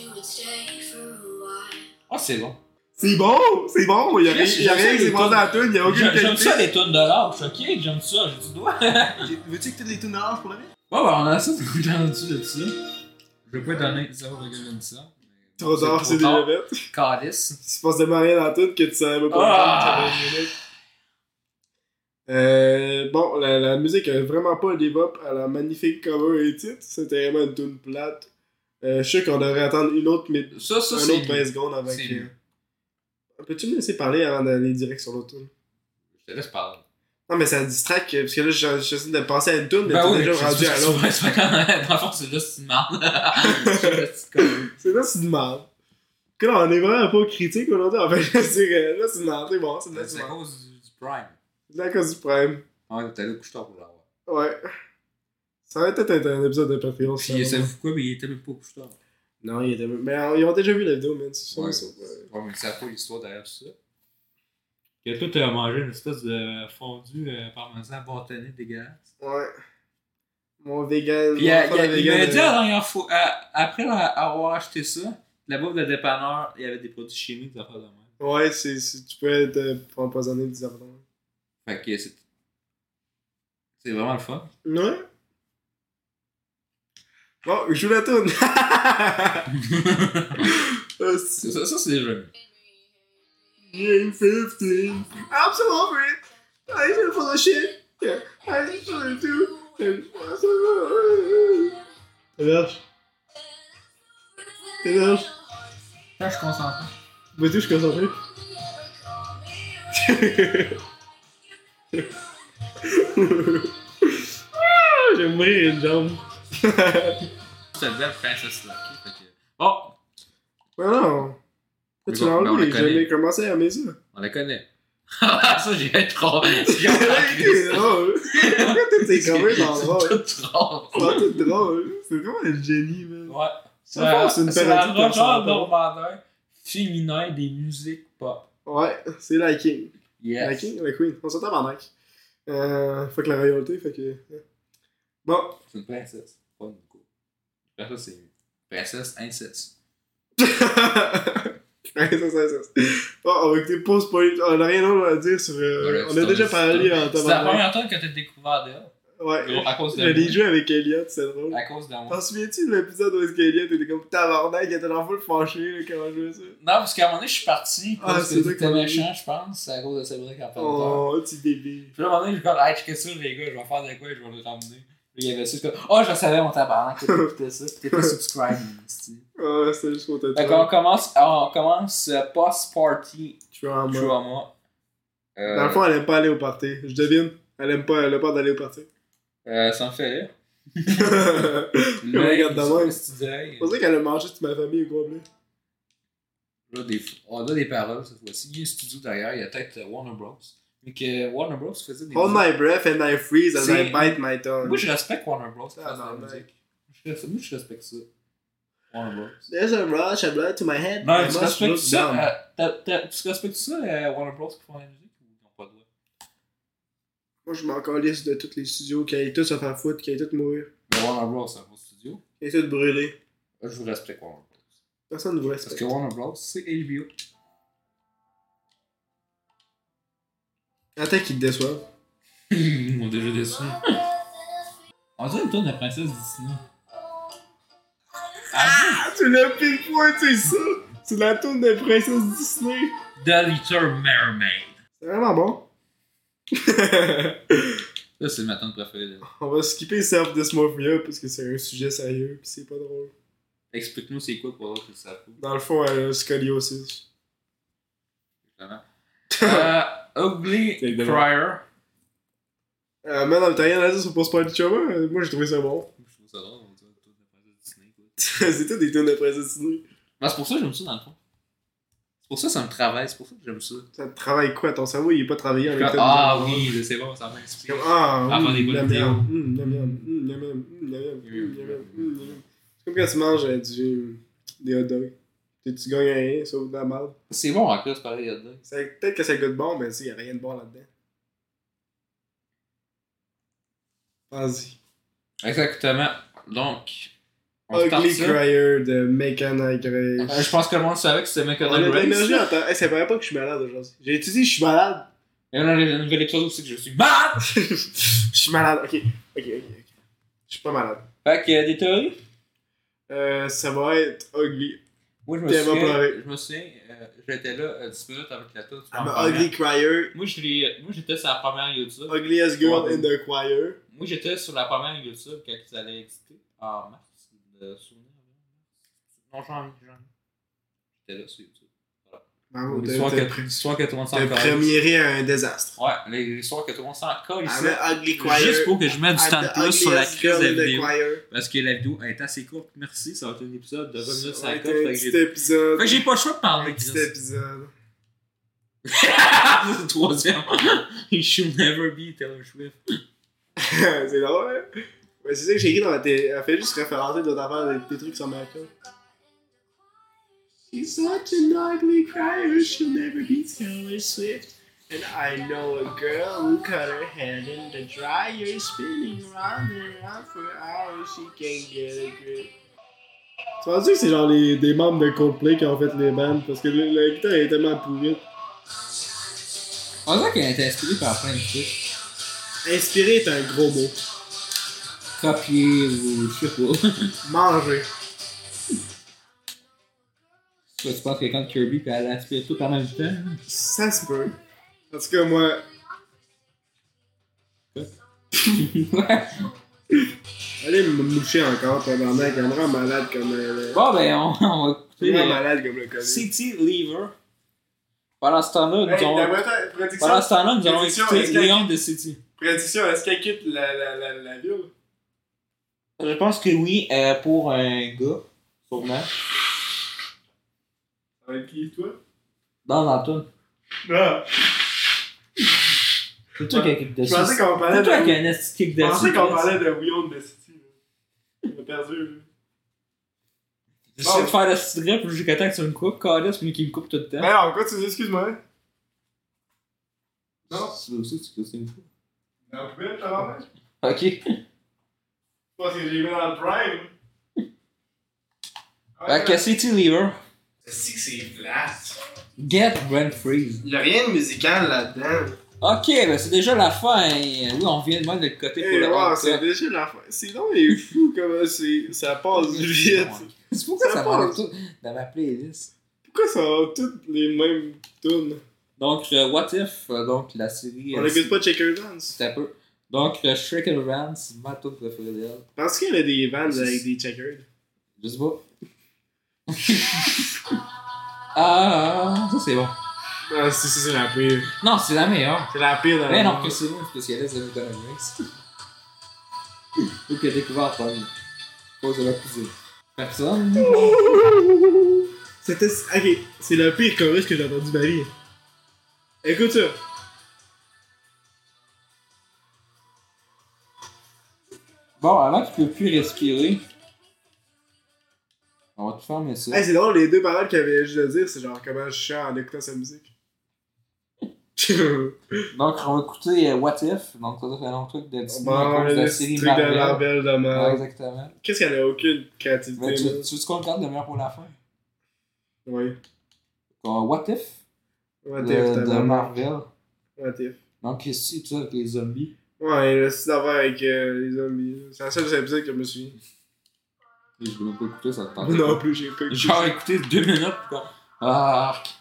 [SPEAKER 3] you would stay for a while.
[SPEAKER 2] Ah, c'est bon.
[SPEAKER 1] C'est bon, c'est bon, y'a rien
[SPEAKER 2] Chris, j'aime ça,
[SPEAKER 1] qui
[SPEAKER 2] les
[SPEAKER 1] s'est passé à la tune, y'a aucune
[SPEAKER 2] J'aime j'aime
[SPEAKER 1] qualité.
[SPEAKER 2] ça, les tonnes de l'âge, ok? J'aime ça, j'ai du doigt.
[SPEAKER 1] Veux-tu que toutes les tunes d'arrange pour la vie?
[SPEAKER 2] Ouais, bah on a assez entendu de ça. Je vais pas donner 0,25. mais
[SPEAKER 1] Trop
[SPEAKER 2] bon,
[SPEAKER 1] tard, c'est déjà bête.
[SPEAKER 2] Calice.
[SPEAKER 1] Si tu penses de rien dans la tune que tu savais pas
[SPEAKER 2] Ah!
[SPEAKER 1] quoi faire, euh, bon, la, la musique a vraiment pas live-up à la magnifique cover et titre. C'était vraiment une tune plate. Euh, je suis sûr qu'on devrait attendre une autre, mais
[SPEAKER 2] Ça, ça,
[SPEAKER 1] un
[SPEAKER 2] c'est.
[SPEAKER 1] autre 20 secondes avant
[SPEAKER 2] C'est
[SPEAKER 1] que.
[SPEAKER 2] lui.
[SPEAKER 1] Peux-tu me laisser parler avant d'aller direct sur l'autre tune?
[SPEAKER 2] Je te laisse parler.
[SPEAKER 1] Non, mais ça distraque, euh, parce que là, je- j'essaie de penser à une tune, mais
[SPEAKER 2] Ben
[SPEAKER 1] t'es
[SPEAKER 2] oui,
[SPEAKER 1] Bah déjà rendu à l'autre.
[SPEAKER 2] C'est pas quand même. Dans le fond, c'est juste une merde. C'est juste comme-
[SPEAKER 1] C'est là, c'est du mal. Que là, on est vraiment pas critique aujourd'hui. Enfin, je veux dire, euh, là, c'est du mal. C'est bon, c'est de la
[SPEAKER 2] Ben, C'est à
[SPEAKER 1] merde.
[SPEAKER 2] cause du, du Prime.
[SPEAKER 1] C'est de la cause du problème.
[SPEAKER 2] Ah Ouais, t'as le couche-tard pour l'avoir.
[SPEAKER 1] Ouais. Ça va peut-être être un épisode de Patreon. ça, hein.
[SPEAKER 2] Puis, ça
[SPEAKER 1] vraiment.
[SPEAKER 2] vous quoi, mais il était même pas au couche-tard.
[SPEAKER 1] Non, il était. Mais euh, ils ont déjà vu la vidéo, man. C'est sûr,
[SPEAKER 2] Ouais,
[SPEAKER 1] ça, ouais.
[SPEAKER 2] ouais, mais ça pas l'histoire derrière ça. Et toi, t'as mangé une espèce de fondu euh, parmesan bâtonné dégueulasse.
[SPEAKER 1] Ouais. Mon vegan.
[SPEAKER 2] Puis il,
[SPEAKER 1] mon
[SPEAKER 2] a-
[SPEAKER 1] enfant
[SPEAKER 2] il a-
[SPEAKER 1] de
[SPEAKER 2] il m'a
[SPEAKER 1] vegan,
[SPEAKER 2] dit
[SPEAKER 1] euh,
[SPEAKER 2] la dernière fois, à- après la- avoir acheté ça, la bouffe de dépanneur, il y avait des produits chimiques, des affaires de même.
[SPEAKER 1] Ouais, c'est, c'est- tu peux être euh, empoisonné des affaires.
[SPEAKER 2] Fait que c'est. C'est vraiment le fun.
[SPEAKER 1] Ouais. Bon, je joue la tourne.
[SPEAKER 2] Ça, ça, ça, c'est déjà mieux.
[SPEAKER 1] Oh, Game 15. I'm so over it. I feel full of shit. Yeah, I just wanna do. And I'm so over it. Alors, T'héberges?
[SPEAKER 2] Là, je suis concentré.
[SPEAKER 1] vas-y, je suis concentré. Ah, J'ai mourir une jambe.
[SPEAKER 2] C'est une belle princesse là. ok? Fait que. Bon,
[SPEAKER 1] Mais non.
[SPEAKER 2] Mais
[SPEAKER 1] Tu
[SPEAKER 2] bon,
[SPEAKER 1] l'as
[SPEAKER 2] mais on la
[SPEAKER 1] enlevé,
[SPEAKER 2] connaît.
[SPEAKER 1] j'avais commencé à aimer ça.
[SPEAKER 2] on la connaît. Ah, ça, j'ai été trop. J'ai été
[SPEAKER 1] C'est drôle. Pourquoi toutes ces covers sont drôles?
[SPEAKER 2] Ah, C'est tout drôle.
[SPEAKER 1] C'est tout drôle. C'est vraiment un génie, man.
[SPEAKER 2] Ouais. C'est
[SPEAKER 1] Dans le fond,
[SPEAKER 2] la-
[SPEAKER 1] c'est une
[SPEAKER 2] c'est la
[SPEAKER 1] parodie de
[SPEAKER 2] rockeur
[SPEAKER 1] Constantin.
[SPEAKER 2] normandin féminin des musiques pop.
[SPEAKER 1] Ouais, c'est la king. La
[SPEAKER 2] Yes.
[SPEAKER 1] king, la queen. On s'entend par Nike. Euh, fuck la royauté, fait que. hein. Bon.
[SPEAKER 2] C'est une princesse. Pas une go. Princesse, c'est une princesse inceste.
[SPEAKER 1] Ouais, ça, ça, ça. Bon, on va écouter Pause Spoil. On n'a rien d'autre à dire sur. euh,
[SPEAKER 2] Voilà,
[SPEAKER 1] on
[SPEAKER 2] c'est
[SPEAKER 1] a déjà
[SPEAKER 2] un-
[SPEAKER 1] parlé en
[SPEAKER 2] C'est la
[SPEAKER 1] tabarnak.
[SPEAKER 2] première tonne que t'as découvert d'elle.
[SPEAKER 1] Ouais.
[SPEAKER 2] Gros, À cause de
[SPEAKER 1] J'allais
[SPEAKER 2] moi.
[SPEAKER 1] jouer avec Elliot, c'est drôle.
[SPEAKER 2] À cause de moi.
[SPEAKER 1] T'en souviens-tu de l'épisode où est-ce qu'Eliott était comme tabarnak, il était dans le fâché, là, comment jouait ça?
[SPEAKER 2] Non, parce qu'à un moment donné, je suis parti.
[SPEAKER 1] Ah,
[SPEAKER 2] Parce
[SPEAKER 1] c'est
[SPEAKER 2] que
[SPEAKER 1] ça
[SPEAKER 2] t'étais
[SPEAKER 1] qu'on a
[SPEAKER 2] méchant, je pense. C'est à cause de Cédric en parlant.
[SPEAKER 1] Oh, petit bébé.
[SPEAKER 2] Puis là, à un moment donné, je comme, hey, checkez ça, les gars, je vais faire de quoi et je vais le ramener. Puis il y avait ça, je suis comme, oh, je savais mon tabarnak que t'écoutais ça, pis t'étais subscribe, style.
[SPEAKER 1] Ah, c'était juste pour te
[SPEAKER 2] Fait qu'on commence, on commence euh, post-party
[SPEAKER 1] Tu vois, en mode.
[SPEAKER 2] trauma. Euh,
[SPEAKER 1] Dans le fond, elle aime pas aller au party. Je devine. Elle aime pas, elle a peur d'aller au party.
[SPEAKER 2] euh, ça me fait rire.
[SPEAKER 1] me regarde de même.
[SPEAKER 2] d'œil.
[SPEAKER 1] On dirait qu'elle a mangé toute ma famille au complet.
[SPEAKER 2] Là, des, on a des paroles cette fois-ci. Il y a un studio derrière, il y a peut-être euh, Warner Bros. Mais que Warner Bros faisait des.
[SPEAKER 1] Hold
[SPEAKER 2] musiques.
[SPEAKER 1] my breath and I freeze and
[SPEAKER 2] C'est-
[SPEAKER 1] I bite Oh my tongue.
[SPEAKER 2] Moi, je respecte Warner Bros. qui
[SPEAKER 1] Ah,
[SPEAKER 2] fasse
[SPEAKER 1] non,
[SPEAKER 2] de la
[SPEAKER 1] mec.
[SPEAKER 2] musique. Je respecte- Moi, je respecte ça. Warner Bros.
[SPEAKER 1] There's a rush of blood to my head.
[SPEAKER 2] Non,
[SPEAKER 1] I
[SPEAKER 2] tu
[SPEAKER 1] must
[SPEAKER 2] respectes
[SPEAKER 1] look down.
[SPEAKER 2] ça. euh, t'as- t'as- Tu respectes ça, euh, Warner Bros, qui font la musique ou ils n'ont pas le droit
[SPEAKER 1] Moi, je m'en calisse de tous les studios qui aillent tous se faire foutre, qui aillent tous mourir,
[SPEAKER 2] Mais Warner Bros, c'est un gros studio.
[SPEAKER 1] qui aillent tous brûler.
[SPEAKER 2] Là, je vous respecte Warner Bros.
[SPEAKER 1] Personne ne vous
[SPEAKER 2] Parce
[SPEAKER 1] respecte.
[SPEAKER 2] que Warner Bros, c'est HBO.
[SPEAKER 1] Attends qu'ils te déçoivent.
[SPEAKER 2] Ils m'ont déjà déçu. On dirait une tonne de princesse Disney. Ah!
[SPEAKER 1] Ah, tu l'as pile point, c'est ça! C'est la tourne de Princesse Disney!
[SPEAKER 2] The Little Mermaid.
[SPEAKER 1] C'est vraiment bon!
[SPEAKER 2] Ça, c'est ma tonne préférée. là.
[SPEAKER 1] On va skipper Self Dysmorphia parce que c'est un sujet sérieux pis c'est pas drôle.
[SPEAKER 2] Explique-nous c'est quoi pour d'autres que ça fout.
[SPEAKER 1] Dans le fond, elle a scoliosis.
[SPEAKER 2] Vraiment. Euh, Ugly
[SPEAKER 1] C'est évidemment.
[SPEAKER 2] Crier.
[SPEAKER 1] Euh, mais non, mais t'as rien à dire sur Post Party Chama? Euh, Moi j'ai trouvé ça bon.
[SPEAKER 2] Je trouve ça drôle, on dirait une tonne de princesse Disney. quoi.
[SPEAKER 1] c'est tout des tournes de Princesse Disney.
[SPEAKER 2] Ben, c'est pour ça que j'aime ça, dans le fond. C'est pour ça que ça me travaille, c'est pour ça que j'aime ça.
[SPEAKER 1] Ça te travaille quoi? Ton cerveau il est pas travaillé avec
[SPEAKER 2] Comme,
[SPEAKER 1] ta
[SPEAKER 2] ah
[SPEAKER 1] musique.
[SPEAKER 2] oui, c'est bon, ça m'inspire.
[SPEAKER 1] Comme, ah,
[SPEAKER 2] Avant
[SPEAKER 1] oui,
[SPEAKER 2] des bonnes
[SPEAKER 1] miam,
[SPEAKER 2] vidéos. Mm.
[SPEAKER 1] miam, hum, miam, miam, hum, miam, miam, hum, miam, miam, hum, miam, miam, hum, miam. C'est comme quand tu manges euh, du, des hot dogs. Tu tu gagnes rien, sauf de la merde.
[SPEAKER 2] C'est bon en classe, pareil, hot dog.
[SPEAKER 1] C'est- Peut-être que ça goûte bon, mais il n'y a rien de bon là-dedans. Vas-y.
[SPEAKER 2] Exactement. Donc, on
[SPEAKER 1] Ugly
[SPEAKER 2] start ça.
[SPEAKER 1] Crier de Megan Agrey.
[SPEAKER 2] Euh, je pense que le monde savait que c'était
[SPEAKER 1] On a de
[SPEAKER 2] Mechanic Grace.
[SPEAKER 1] l'énergie en temps. Hey, ça paraît pas que je suis malade aujourd'hui. J'ai étudié, je suis malade.
[SPEAKER 2] Et là, j'ai un nouvel épisode aussi que je suis malade!
[SPEAKER 1] Je suis malade, ok. Ok, ok, ok. Je suis pas malade.
[SPEAKER 2] Fait que, euh, des théories?
[SPEAKER 1] Euh, ça va être Ugly.
[SPEAKER 2] Moi, je me
[SPEAKER 1] T'es
[SPEAKER 2] souviens,
[SPEAKER 1] évaporé.
[SPEAKER 2] je me souviens, euh, j'étais là euh, 10 minutes avec la tour. tu
[SPEAKER 1] I'm
[SPEAKER 2] m'en
[SPEAKER 1] a
[SPEAKER 2] parlais.
[SPEAKER 1] Ah, ugly Crier.
[SPEAKER 2] Moi, je l'ai- euh, moi, j'étais sur la première YouTube.
[SPEAKER 1] Ugliest girl in the choir.
[SPEAKER 2] Moi, j'étais sur la première YouTube quand ils allaient exister. En mars, de souvenir. Non, janvier, janvier. J'étais là sur YouTube. Ah,
[SPEAKER 1] Bravo, t'as-
[SPEAKER 2] L'histoire
[SPEAKER 1] t'as
[SPEAKER 2] que- L'histoire que tout le monde s'en
[SPEAKER 1] t'as
[SPEAKER 2] calisse.
[SPEAKER 1] premiéré un désastre.
[SPEAKER 2] Ouais, l'histoire que tout le monde s'en colle ici.
[SPEAKER 1] I'm a Ah, ugly choir.
[SPEAKER 2] Juste pour que je mette du
[SPEAKER 1] I'm
[SPEAKER 2] temps de
[SPEAKER 1] the
[SPEAKER 2] plus sur la
[SPEAKER 1] ugliest
[SPEAKER 2] crise de la
[SPEAKER 1] girl in the
[SPEAKER 2] vidéo.
[SPEAKER 1] choir.
[SPEAKER 2] Parce que la vidéo est assez courte. Merci, ça va être un épisode de 20 minutes
[SPEAKER 1] Ça a
[SPEAKER 2] 50.
[SPEAKER 1] été
[SPEAKER 2] Fait
[SPEAKER 1] un
[SPEAKER 2] que
[SPEAKER 1] petit
[SPEAKER 2] j'ai-
[SPEAKER 1] épisode.
[SPEAKER 2] fait que j'ai pas le choix de
[SPEAKER 1] Un
[SPEAKER 2] parler.
[SPEAKER 1] petit
[SPEAKER 2] Chris.
[SPEAKER 1] épisode.
[SPEAKER 2] le troisième. He should never be Taylor Swift.
[SPEAKER 1] c'est drôle, hein? Mais c'est ça que j'ai écrit dans la télé. Elle fait juste référencer d'autres affaires, des, des trucs Ah, sur ma carte. She's such an ugly crier, she'll never be Taylor Swift. And I know a girl who cut her head in the dryer, spinning round and round for hours, she can't get a grip. Tu penses que c'est genre les, des membres de Coldplay qui ont fait les bandes? Parce que le, le guitare est tellement pourri.
[SPEAKER 2] On dirait qu'elle a été inspirée par plein de trucs.
[SPEAKER 1] Inspiré est un gros mot.
[SPEAKER 2] Copier ou je sais pas.
[SPEAKER 1] Manger.
[SPEAKER 2] Toi, tu penses que quand Kirby puis elle inspire tout en même temps?
[SPEAKER 1] Ça se peut. En tout cas, moi,
[SPEAKER 2] Ouais.
[SPEAKER 1] allez me moucher encore, pendant qu'elle me rend malade comme euh, le.
[SPEAKER 2] Bon, ben, on, on va
[SPEAKER 1] Elle
[SPEAKER 2] écouter
[SPEAKER 1] me rend
[SPEAKER 2] euh,
[SPEAKER 1] malade comme le Covid.
[SPEAKER 2] City Lever. Pendant ce temps-là, nous
[SPEAKER 1] Hey, la
[SPEAKER 2] allons.
[SPEAKER 1] vraie- prédiction,
[SPEAKER 2] Pendant ce temps-là, nous allons
[SPEAKER 1] Prédiction,
[SPEAKER 2] écouter
[SPEAKER 1] est-ce qu'elle-
[SPEAKER 2] Léon de City.
[SPEAKER 1] prédiction, est-ce qu'elle quitte la, la, la, la ville?
[SPEAKER 2] Je pense que oui, euh, pour un gars, sûrement.
[SPEAKER 1] Ça va être qui, toi?
[SPEAKER 2] Dans l'entour.
[SPEAKER 1] Non!
[SPEAKER 2] C'est toi qui a kick de
[SPEAKER 1] Je pensais
[SPEAKER 2] City.
[SPEAKER 1] qu'on parlait
[SPEAKER 2] C'est toi qui
[SPEAKER 1] de.
[SPEAKER 2] a un esti kick
[SPEAKER 1] Je
[SPEAKER 2] de
[SPEAKER 1] pensais
[SPEAKER 2] City.
[SPEAKER 1] qu'on parlait de We Own the City. là. On a perdu, là.
[SPEAKER 2] Hein? J'essaie de faire le petit grip jusqu'à temps que tu me coupes, Carlis, mais qui me coupe tout le temps.
[SPEAKER 1] Mais Ben non, quoi, tu dis, excuse-moi? Non?
[SPEAKER 2] C'est aussi, tu casses une fois.
[SPEAKER 1] Non, vous pouvez, je t'en remets?
[SPEAKER 2] Ok.
[SPEAKER 1] Parce que j'ai mis dans le prime. Ah,
[SPEAKER 2] Fait que City Lever,
[SPEAKER 4] C'est que c'est plate.
[SPEAKER 2] Get Rent Free.
[SPEAKER 4] Il y a rien de musical là-dedans.
[SPEAKER 2] Ok, ben c'est déjà la fin. Oui, on vient de mal de côté pour
[SPEAKER 1] Eh,
[SPEAKER 2] le
[SPEAKER 1] wow,
[SPEAKER 2] rendre
[SPEAKER 1] c'est
[SPEAKER 2] ça.
[SPEAKER 1] déjà la fin. C'est long et fou comme c'est, ça passe vite.
[SPEAKER 2] C'est pourquoi
[SPEAKER 1] Ça
[SPEAKER 2] ça parle
[SPEAKER 1] passe.
[SPEAKER 2] tout dans ma playlist.
[SPEAKER 1] Pourquoi ça a toutes les mêmes tunes
[SPEAKER 2] Donc, euh, What If, euh, donc la série.
[SPEAKER 1] On
[SPEAKER 2] euh,
[SPEAKER 1] n'écoute pas Checker Dance.
[SPEAKER 2] C'est un peu. Donc, le Shrek and Rant, c'est ma tune préférée d'elle.
[SPEAKER 1] Parce qu'il y a des bands avec des checkers.
[SPEAKER 2] Je sais pas. ah, ça c'est bon.
[SPEAKER 1] Ah, c'est, c'est, c'est la pire.
[SPEAKER 2] Non, c'est la meilleure.
[SPEAKER 1] C'est la pire dans
[SPEAKER 2] Mais
[SPEAKER 1] le
[SPEAKER 2] non,
[SPEAKER 1] monde.
[SPEAKER 2] que c'est moi, le spécialiste de Economics. Ou que j'ai découvert en premier. À Cause de la cuisine. Personne.
[SPEAKER 1] C'était. Ok, c'est le pire chorus que j'ai entendu de ma vie. Écoute ça.
[SPEAKER 2] Bon, avant qu'il ne peut plus respirer, on va tout fermer ça.
[SPEAKER 1] Hey, c'est drôle, les deux paroles qu'il avait juste à dire, c'est genre comment je chante en écoutant sa musique. bon,
[SPEAKER 2] Donc, on va écouter euh, What If, donc ça doit être un long truc de Disney à cause de
[SPEAKER 1] Ah, le
[SPEAKER 2] la
[SPEAKER 1] truc
[SPEAKER 2] série
[SPEAKER 1] de la
[SPEAKER 2] Marvel.
[SPEAKER 1] belle de
[SPEAKER 2] Ouais,
[SPEAKER 1] merde.
[SPEAKER 2] exactement.
[SPEAKER 1] Qu'est-ce qu'elle a aucune
[SPEAKER 2] Mais
[SPEAKER 1] créativité,
[SPEAKER 2] tu,
[SPEAKER 1] là?
[SPEAKER 2] tu veux qu'on le garde de meilleur pour la fin?
[SPEAKER 1] Oui.
[SPEAKER 2] Donc, What If
[SPEAKER 1] What if,
[SPEAKER 2] de,
[SPEAKER 1] t'as
[SPEAKER 2] Euh, de
[SPEAKER 1] la merde.
[SPEAKER 2] Marvel.
[SPEAKER 1] What if.
[SPEAKER 2] Donc, qu'est-ce que tu as avec les zombies?
[SPEAKER 1] Ouais, le style d'affaire avec euh, les zombies. là. C'est la seule épisode que je me souviens.
[SPEAKER 2] Je ne voulais pas écouter ça le temps.
[SPEAKER 1] Moi non plus, j'ai pas écouté.
[SPEAKER 2] Ah. Genre, écouter deux minutes, quoi. Ah,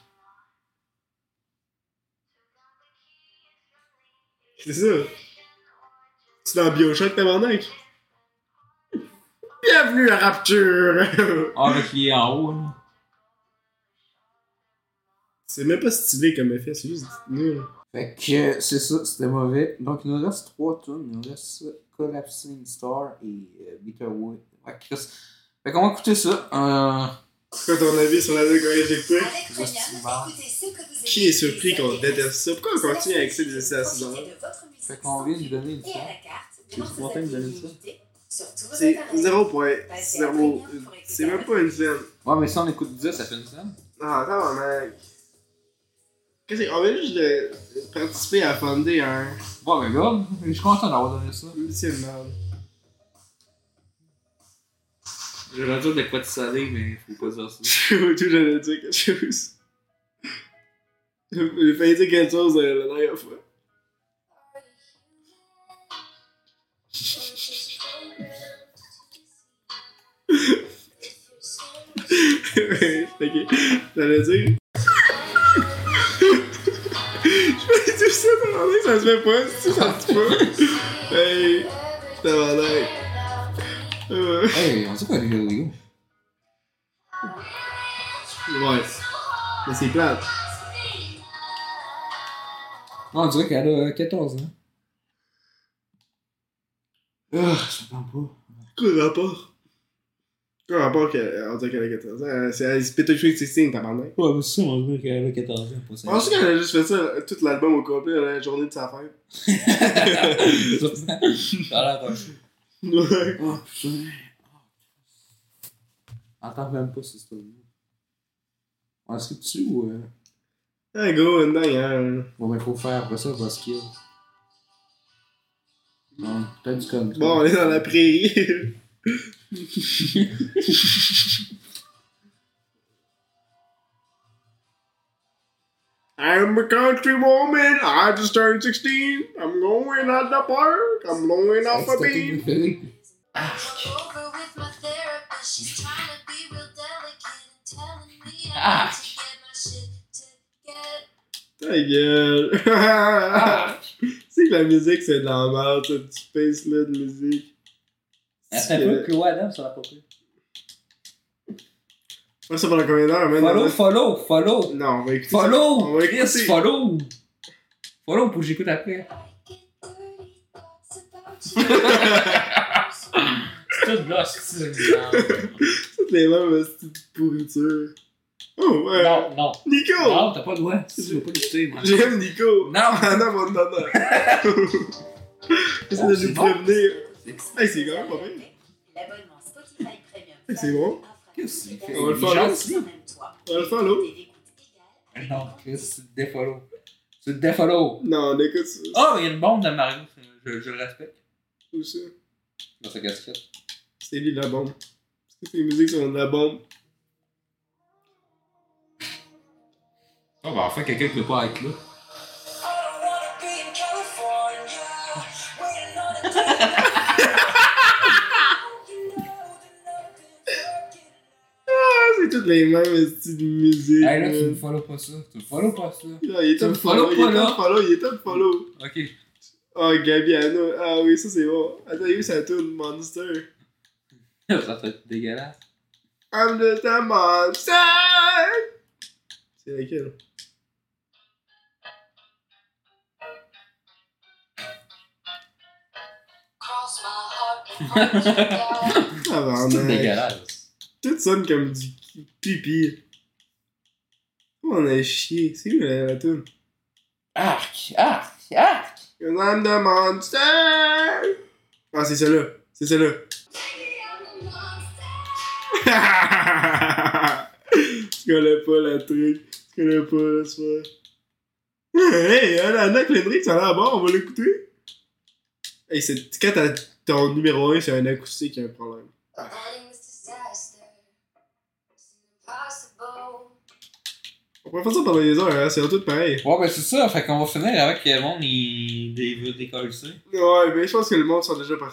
[SPEAKER 1] C'est ça. C'est dans Bioshock, tabarnak. Bienvenue à Rapture!
[SPEAKER 2] ah, mais qui est en haut, là.
[SPEAKER 1] c'est même pas stylé comme effet, c'est juste nul.
[SPEAKER 2] Fait que c'est ça, c'était mauvais. Donc il nous reste trois tunes. Il nous reste euh, Collapsing Star et euh, Bitter Wood. Ouais, Chris. Fait qu'on va écouter ça. Euh,
[SPEAKER 1] C'est quoi ton avis sur la deux j'ai écouté?
[SPEAKER 5] Avec William,
[SPEAKER 2] Justin Bieber.
[SPEAKER 5] écoutez ce que vous
[SPEAKER 1] Qui est
[SPEAKER 5] aimez,
[SPEAKER 1] surpris
[SPEAKER 5] les
[SPEAKER 1] qu'on
[SPEAKER 5] amis.
[SPEAKER 1] déteste ça? Pourquoi on continue avec ça des essais à 6
[SPEAKER 5] Profitez de votre musique
[SPEAKER 2] fait qu'on vient de lui donner une
[SPEAKER 5] Et à
[SPEAKER 2] chance.
[SPEAKER 5] la carte,
[SPEAKER 2] Tu veux
[SPEAKER 5] grâce
[SPEAKER 2] monter,
[SPEAKER 5] à
[SPEAKER 2] vous donnez
[SPEAKER 5] cette
[SPEAKER 2] ça?
[SPEAKER 5] immunité, sur tous vos
[SPEAKER 1] C'est
[SPEAKER 5] appareils.
[SPEAKER 1] 0.0. C'est même pas une scène.
[SPEAKER 2] Ouais, mais si on écoute 10, ça fait une scène.
[SPEAKER 1] Ah, attends, mec. Qu'est-ce que On vient juste de participer à fonder un.
[SPEAKER 2] Bon, ben, regarde, je suis content d'avoir donné ça.
[SPEAKER 1] C'est une merde.
[SPEAKER 2] J'aurais dû de quoi te saler, mais faut pas dire ça.
[SPEAKER 1] Je sais pas tout, j'allais dire quelque chose. J'ai failli dire quelque chose euh, la dernière fois. ok, j'allais dire. Je fais tout ça, tabarnak, ça se fait pas, si ça se fait pas. hey, tabarnak. Euh,
[SPEAKER 2] Hey, on sait quoi, les gars,
[SPEAKER 1] Ouais. Mais c'est plate.
[SPEAKER 2] Non, on dirait qu'elle a euh, 14 ans. Ah, je comprends pas.
[SPEAKER 1] Quel rapport? Quel rapport qu'elle on dirait qu'elle a 14 ans? Euh, C'est elle se pète le chouette 16, tabarnak.
[SPEAKER 2] Ouais, mais c'est ça, on dirait qu'elle a 14 ans. Pas
[SPEAKER 1] Je pense qu'elle a juste fait ça, euh, tout l'album au complet, la journée de sa fête. Ouais.
[SPEAKER 2] Oh putain. Entends Ah, même pas cette histoire. On est-ce que tu ou. Euh...
[SPEAKER 1] Ah, gros, une dingue, hein.
[SPEAKER 2] Bon, ben, faut faire après ça, va skill. Non, peut-être du comme.
[SPEAKER 1] Bon, on est dans la prairie. I'm a country woman, I just turned 16. I'm going out the park, I'm blowing off a bean. Ta gueule! Ah. c'est que la musique, c'est de la merde, ce petit space là de musique.
[SPEAKER 2] Attends un peu, Chloé Adam, ça va pas pire.
[SPEAKER 1] Ouais, ça pendant combien d'heures, man?
[SPEAKER 2] Follow, follow, follow.
[SPEAKER 1] Non, on va écouter. On
[SPEAKER 2] Follow!
[SPEAKER 1] va
[SPEAKER 2] Chris,
[SPEAKER 1] écouter.
[SPEAKER 2] follow! Follow pour que j'écoute après. C'est tout là, c'est
[SPEAKER 1] Toutes les mêmes euh, petites pourritures. Oh, ouais!
[SPEAKER 2] Non, non.
[SPEAKER 1] Nico!
[SPEAKER 2] Non, t'as pas le droit. Si tu veux pas l'écouter, moi.
[SPEAKER 1] J'aime Nico!
[SPEAKER 2] Non!
[SPEAKER 1] Ah non, mon dada! J'essaie de
[SPEAKER 2] C'est
[SPEAKER 1] nous
[SPEAKER 2] bon.
[SPEAKER 1] prévenir. Hey, c'est quand même pas bien.
[SPEAKER 5] L'abonnement Spotify Premium.
[SPEAKER 1] Hey, c'est bon.
[SPEAKER 2] Qu'est-ce qu'il fait?
[SPEAKER 1] On va le
[SPEAKER 2] Il
[SPEAKER 1] follow.
[SPEAKER 2] jase, là.
[SPEAKER 1] On va le follow.
[SPEAKER 2] Non, Chris, c'est le défollow. C'est le défollow.
[SPEAKER 1] Non, on écoute ça.
[SPEAKER 2] Oh, il y a une bombe de Mario. Je, je le respecte.
[SPEAKER 1] Tout ça.
[SPEAKER 2] Dans sa casquette.
[SPEAKER 1] C'est lui la bombe. Est-ce que ces musiques sont de la bombe?
[SPEAKER 2] Ah, ben, enfin, quelqu'un qui peut pas être là.
[SPEAKER 1] Ah, c'est toutes les mêmes styles de musique.
[SPEAKER 2] Hey, là, tu me
[SPEAKER 1] man.
[SPEAKER 2] follow pas ça. Tu me follow pas ça.
[SPEAKER 1] Là, il est
[SPEAKER 2] tu me
[SPEAKER 1] top follow,
[SPEAKER 2] follow
[SPEAKER 1] il
[SPEAKER 2] pas,
[SPEAKER 1] est
[SPEAKER 2] là.
[SPEAKER 1] top follow, il est top follow.
[SPEAKER 2] Ok.
[SPEAKER 1] Ah, Gabi Anna. Ah oui, ça c'est bon. Attends, il y a eu sa tune Monster.
[SPEAKER 2] ça va être dégueulasse.
[SPEAKER 1] I'm the damn monster! C'est laquelle? Ah,
[SPEAKER 2] C'est tout
[SPEAKER 1] vraiment.
[SPEAKER 2] dégueulasse.
[SPEAKER 1] Tout sonne comme du pipi. Oh, on a chié. C'est où la, la tune?
[SPEAKER 2] Arc, arc, arc.
[SPEAKER 1] 'Cause I'm the monster! Ah, c'est celle-là. C'est celle-là. tu connais pas la truc. Tu connais pas le soir. Hey, Anna Kendrick, ça a l'air bon, on va l'écouter. Hey, c'est quand t'as ton numéro 1 sur un acoustique, il y a un problème. On pourrait faire ça pendant des heures, hein, c'est tout pareil.
[SPEAKER 2] Ouais, ben c'est euh, ça. Fait qu'on va finir avec que le monde, il, il veut décoller ça.
[SPEAKER 1] Ouais, mais je pense que le monde sont déjà partis.